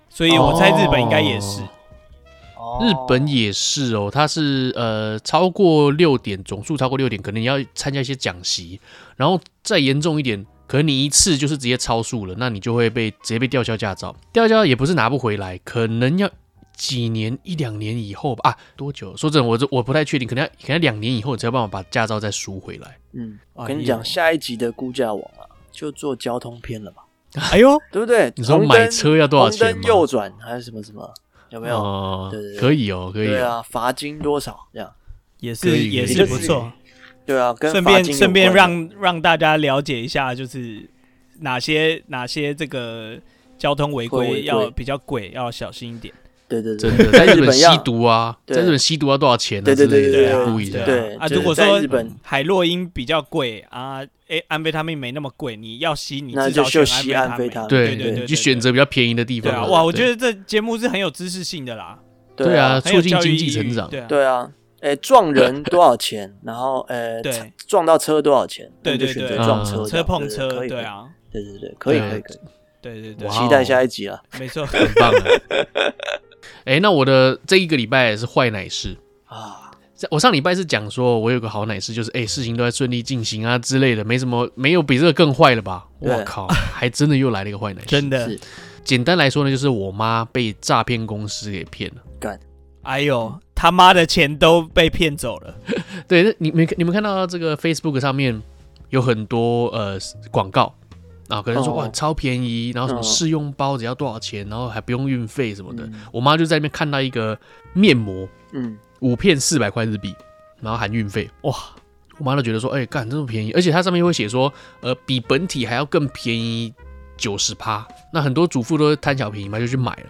S2: 所以我猜日本应该也是， *laughs*
S1: 哦
S3: 哦
S1: 日本也是哦，它是呃超过六点，总数超过六点，可能你要参加一些讲习，然后再严重一点，可能你一次就是直接超速了，那你就会被直接被吊销驾照，吊销也不是拿不回来，可能要几年一两年以后吧啊，多久？说真的，我这我不太确定，可能要可能要两年以后才有办法把驾照再赎回来。
S2: 哎
S3: 嗯，
S2: 呦
S3: 啊我跟你讲，下一集的估价网啊，就做交通篇了吧。
S5: 哎呦，
S3: 对不对？
S1: 你说
S3: 红
S1: 买
S3: 灯
S1: 车要多少钱
S3: 红
S1: 吗
S3: 灯右转还是什么什么？有没有？
S1: 哦
S3: 对对，对
S1: 可以哦，可以
S3: 对
S1: 哦。
S3: 啊，罚金多少这样？
S5: 也
S1: 可
S5: 是
S1: 以
S5: 也
S1: 可以
S5: 是
S3: 可
S5: 不
S3: 以
S5: 错。
S3: 对啊，跟
S5: 顺
S3: 罚
S5: 便
S3: 金有
S5: 顺便
S3: 关的
S5: 让让大家了解一下，就是哪些哪些这个交通违
S3: 会违
S5: 规
S3: 规
S5: 要比较贵，要小心一点。
S3: 对对对
S1: 真的，在日本
S3: 本
S1: 吸
S3: 要
S1: 毒啊，
S3: 对
S1: 在日本吸毒要多少钱啊？
S3: 对对对
S1: 之类的
S5: 对
S3: 啊
S1: 故意的。
S3: 对
S5: 啊，
S3: 就是
S5: 如果
S3: 在
S5: 说
S3: 日本
S5: 海洛因比较贵啊，哎，安非他命没那么贵，你要吸你
S3: 那
S5: 至少
S3: 就就吸
S5: 选
S3: 安
S5: 安
S3: 非
S5: 非
S3: 他
S5: 他
S3: 命
S5: 命。
S1: 对
S5: 对
S3: 对
S5: 对，
S1: 你去选择比较便宜的地
S5: 对
S1: 方
S5: 啊，
S1: 嘛。
S5: 哇，我觉
S1: 得
S5: 得这节目是很有知识性的啦，
S1: 对啊，
S5: 很有
S1: 促进
S5: 教育
S1: 经
S5: 意
S1: 济
S5: 义
S1: 成长。
S5: 对啊，
S3: 对啊，哎，撞人多少钱？ *laughs* 然后呃，
S5: 对
S3: 擦撞到车多少钱？
S5: 对
S3: 那就
S5: 对
S3: 选
S5: 对
S3: 择
S1: 嗯
S3: 撞车这样，
S5: 车碰
S3: 对对
S5: 车
S3: 可，以
S5: 对，啊，
S3: 可以对对对，可以
S1: 对
S3: 可以可以，
S5: 对对对
S1: 哇，
S3: 期待下一集啊。
S5: 没
S1: *laughs*
S5: 错，
S1: 很棒啊。哎，那我的这一个礼拜是坏奶事。
S3: 啊，
S1: 在我上礼拜是讲说，我有个好奶事，就是哎、事情都在顺利进行啊之类的，没什么，没有比这个更坏了吧？
S3: 对
S1: 我靠，还真的又来了一个坏奶事。
S5: 真的，
S3: 是
S1: 简单来说呢，就是我妈被诈骗公司给骗了。
S5: 哎呦，他妈的钱都被骗走了，
S1: 对，那你们你们看到这个 Facebook 上面有很多呃广告啊，可能说、
S3: 哦
S1: 哇超便宜，然后什么
S3: 嗯
S1: 试用包只要多少钱，然后还不用运费什么的。我妈就在那边看到一个面膜，
S3: 嗯，
S1: 五片四百块日币，然后含运费，哇！我妈都觉得说，哎、干这么便宜，而且它上面会写说，呃，比本体还要更便宜九十趴。那很多主妇都是贪小便宜嘛，就去买了。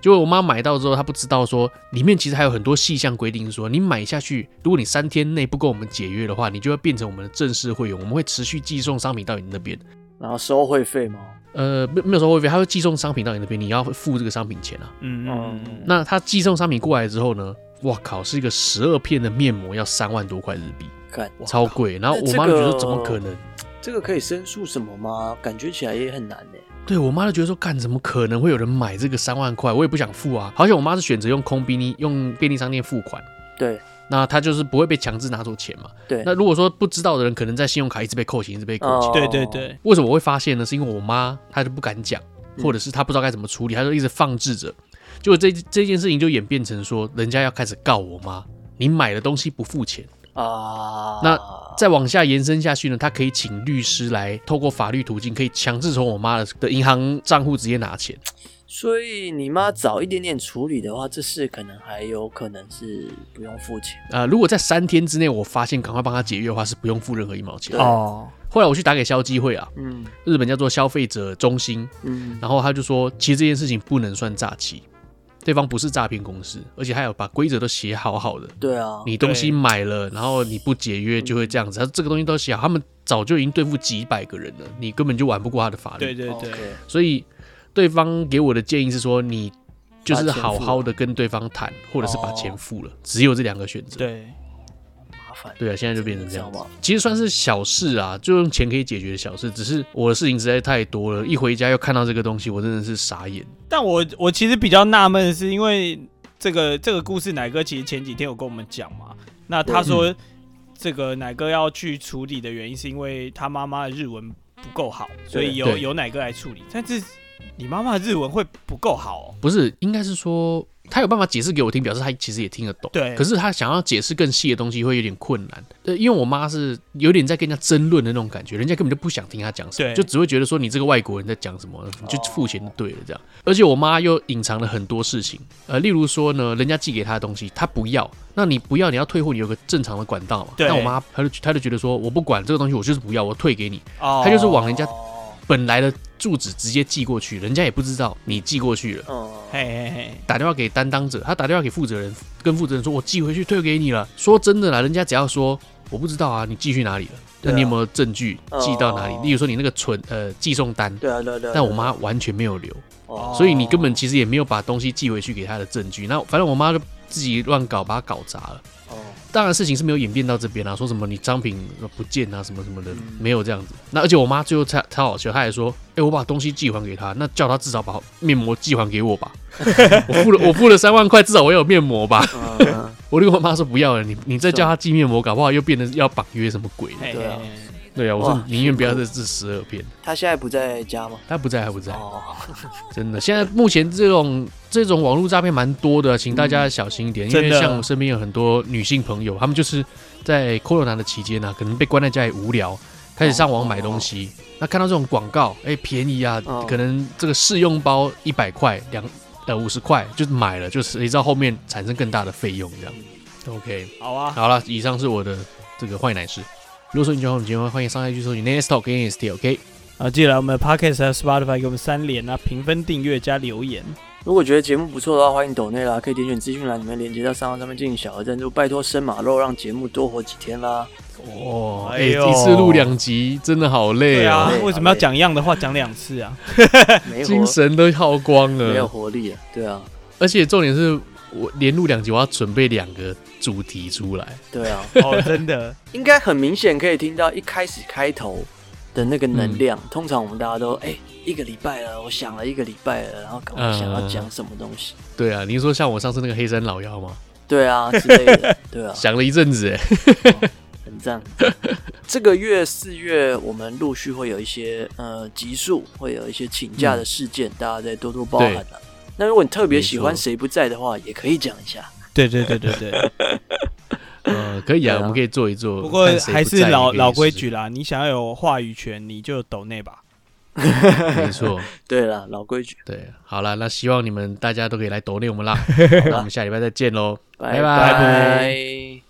S1: 结果我妈买到之后，她不知道说里面其实还有很多细项规定说你买下去，如果你三天内不跟我们解约的话，你就会变成我们的正式会员，我们会持续寄送商品到你那边。
S3: 然后收会费哦吗？
S1: 呃，没没有收会费，他会寄送商品到你那边，你要付这个商品钱啊。
S5: 嗯嗯嗯，
S1: 那他寄送商品过来之后呢，哇靠，是一个十二片的面膜，要三万多块日币。
S3: 嗯看
S1: 超贵。然后
S3: 那
S1: 我
S3: 这
S1: 妈就觉
S3: 个
S1: 得怎么可能？
S3: 这个可以申诉什么吗？感觉起来也很难呢。
S1: 对我妈就觉得说，干怎么可能会有人买这个三万块？我也不想付啊。好像我妈是选择用空宾利用便利商店付款，
S3: 对
S1: 那她就是不会被强制拿走钱嘛。
S3: 对，
S1: 那如果说不知道的人，可能在信用卡一直被扣钱，一直被扣钱。
S3: 哦
S5: 对对对，
S1: 为什么我会发现呢？是因为我妈她就不敢讲，
S3: 嗯
S1: 或者是她不知道该怎么处理，她就一直放置着。结果这这件事情就演变成说，人家要开始告我妈，你买的东西不付钱。
S3: 啊，
S1: 那再往下延伸下去呢，他可以请律师来，透过法律途径，可以强制从我妈的的银行账户直接拿钱。
S3: 所以你妈早一点点处理的话，这事可能还有可能是不用付钱。
S1: 呃，如果在三天之内我发现赶快帮他解约的话，是不用付任何一毛钱
S3: 对。
S5: 哦，
S1: 后来我去打给消基会啊，
S3: 嗯
S1: 日本叫做消费者中心，
S3: 嗯，
S1: 然后他就说，其实这件事情不能算诈欺，对方不是诈骗公司，而且还有把规则都写好好的。
S3: 对啊，
S1: 你东西买了，然后你不解约就会这样子。他这个东西都写好，他们早就已经对付几百个人了，你根本就玩不过他的法律。
S5: 对对对，
S3: OK，
S1: 所以对方给我的建议是说，你就是
S3: 把钱付
S1: 好
S3: 了
S1: 好的跟对方谈，或者是把钱
S3: 哦
S1: 付了，只有这两个选择。
S5: 对，
S3: 麻烦。
S1: 对啊，现在就变成这样
S3: 哦这
S1: 子
S3: 样吧。
S1: 其实算是小事啊，就用钱可以解决的小事。只是我的事情实在太多了，一回家又看到这个东西，我真的是傻眼。
S5: 但我我其实比较纳闷，的是因为这个这个故事，奶哥其实前几天有跟我们讲嘛，那他说这个奶哥要去处理的原因，是因为他妈妈的日文不够好，所以由
S1: 对
S5: 由奶哥来处理。但是你妈妈的日文会不够好、哦，
S1: 不是，应该是说他有办法解释给我听，表示他其实也听得懂。
S5: 对
S1: 可是他想要解释更细的东西会有点困难。呃，因为我妈是有点在跟人家争论的那种感觉，人家根本就不想听他讲什么，
S5: 对
S1: 就只会觉得说你这个外国人在讲什么，你就付钱就对了这样。而且我妈又隐藏了很多事情，呃，例如说呢，人家寄给她的东西她不要，那你不要你要退货，你有个正常的管道嘛。
S5: 对
S1: 但我妈她就她就觉得说我不管这个东西，我就是不要，我退给你。
S5: 哦，
S1: 她就是往人家
S3: 哦，
S1: 本来的住址直接寄过去，人家也不知道你寄过去了。
S3: 嗯，
S5: 嘿嘿嘿，
S1: 打电话给担当者，他打电话给负责人，跟负责人说：“我寄回去退给你了。”说真的啦，人家只要说我不知道啊，你寄去哪里了？那
S3: 对啊
S1: 你有没有证据
S3: 哦
S1: 寄到哪里？例如说你那个存呃寄送单，
S3: 对啊对啊对啊。
S1: 但我妈完全没有留，
S3: 哦，
S1: 所以你根本其实也没有把东西寄回去给她的证据。那反正我妈就自己乱搞，把它搞砸了。
S3: 哦
S1: 当然事情是没有演变到这边啊，说什么你商品不见啊什么什么的
S3: 嗯，
S1: 没有这样子。那而且我妈最后超超好笑，她还说：“哎、我把东西寄还给她，那叫她至少把面膜寄还给我吧。 *laughs* 我付了我付了三万块，至少我有面膜吧。 *laughs*
S3: 嗯嗯 *laughs*
S1: 我就跟我妈说不要了，你你再叫她寄面膜，搞不好又变成要绑约什么鬼
S2: 哎
S5: 嘿
S1: 的。
S3: 对
S5: 嘿
S3: 啊
S5: 嘿，
S1: 对啊，我说
S3: 哇
S1: 宁愿不要再治十二片。
S3: 她现在不在家吗？
S1: 她不在，还不在，
S3: 哦，
S1: 真的。现在目前这种这种网络诈骗蛮多的，请大家小心一点，因为
S5: 真的
S1: 像我身边有很多女性朋友，她们就是在 corona 的期间呢、啊，可能被关在家里无聊，开始上网买东西。那看到这种广告，哎、便宜啊，
S3: 哦
S1: 可能这个试用包一百块，两呃五十块就买了，就是谁知道后面产生更大的费用这样。OK，
S2: 好啊，
S1: 好了，以上是我的这个坏奶事。如果说你喜欢我们节目，欢迎上来去搜寻 Nasty Talk N S T OK。
S2: 啊，记得来我们的 Podcast 和 Spotify 给我们三连啊，评分、订阅加留言。
S3: 如果觉得节目不错的话，欢迎抖内啦，可以点选资讯栏里面连接到上方上面进行小额赞助，拜托生马肉让节目多活几天啦。
S1: *laughs* 哦，哎、
S2: 哎呦
S1: 一次录两集真的好累
S2: 对啊
S1: 哦，
S3: 好，累
S2: 为什么要讲一样的话讲两次啊？
S3: 没活
S1: 精神都耗光
S3: 哎没有
S1: 了。
S3: 活力了，对啊，
S1: 而且重点是我连录两集，我要准备两个主题出来。
S3: 对啊， *laughs*
S2: 哦，
S5: *laughs*
S2: 真的，
S3: 应该很明显可以听到一开始开头的那个能量。
S1: 嗯
S3: 通常我们大家都哎、一个礼拜了，我想了一个礼拜了，然后赶快想要
S1: 嗯
S3: 讲什么东西，
S1: 对啊，您说像我上次那个黑山老妖吗？
S3: 对啊之类的，对啊，
S1: 想了一阵
S3: *laughs*
S1: 子，哎，
S3: 很 *laughs* 赞。这个月四月，我们陆续会有一些呃集数，会有一些请假的事件，大家再多多包涵啊了、那如果你特别喜欢
S1: 没错
S3: 谁不在的话，也可以讲一下。
S2: 对对对对对。
S1: 呃，可以啊，
S3: 对啊
S1: 我们可以做一做。
S2: 不过
S1: 看谁
S2: 还
S1: 不
S2: 是
S1: 在
S2: 老
S1: 也可以
S2: 老规
S1: 试
S2: 矩啦，你想要有话语权，你就抖内吧。
S1: 没错。
S3: 对了，老规矩，
S1: 对，好了，那希望
S3: *laughs*
S1: 你们大家都可以来抖内我们啦。那我们下礼拜再见喽，拜
S3: 拜
S1: 拜
S3: 拜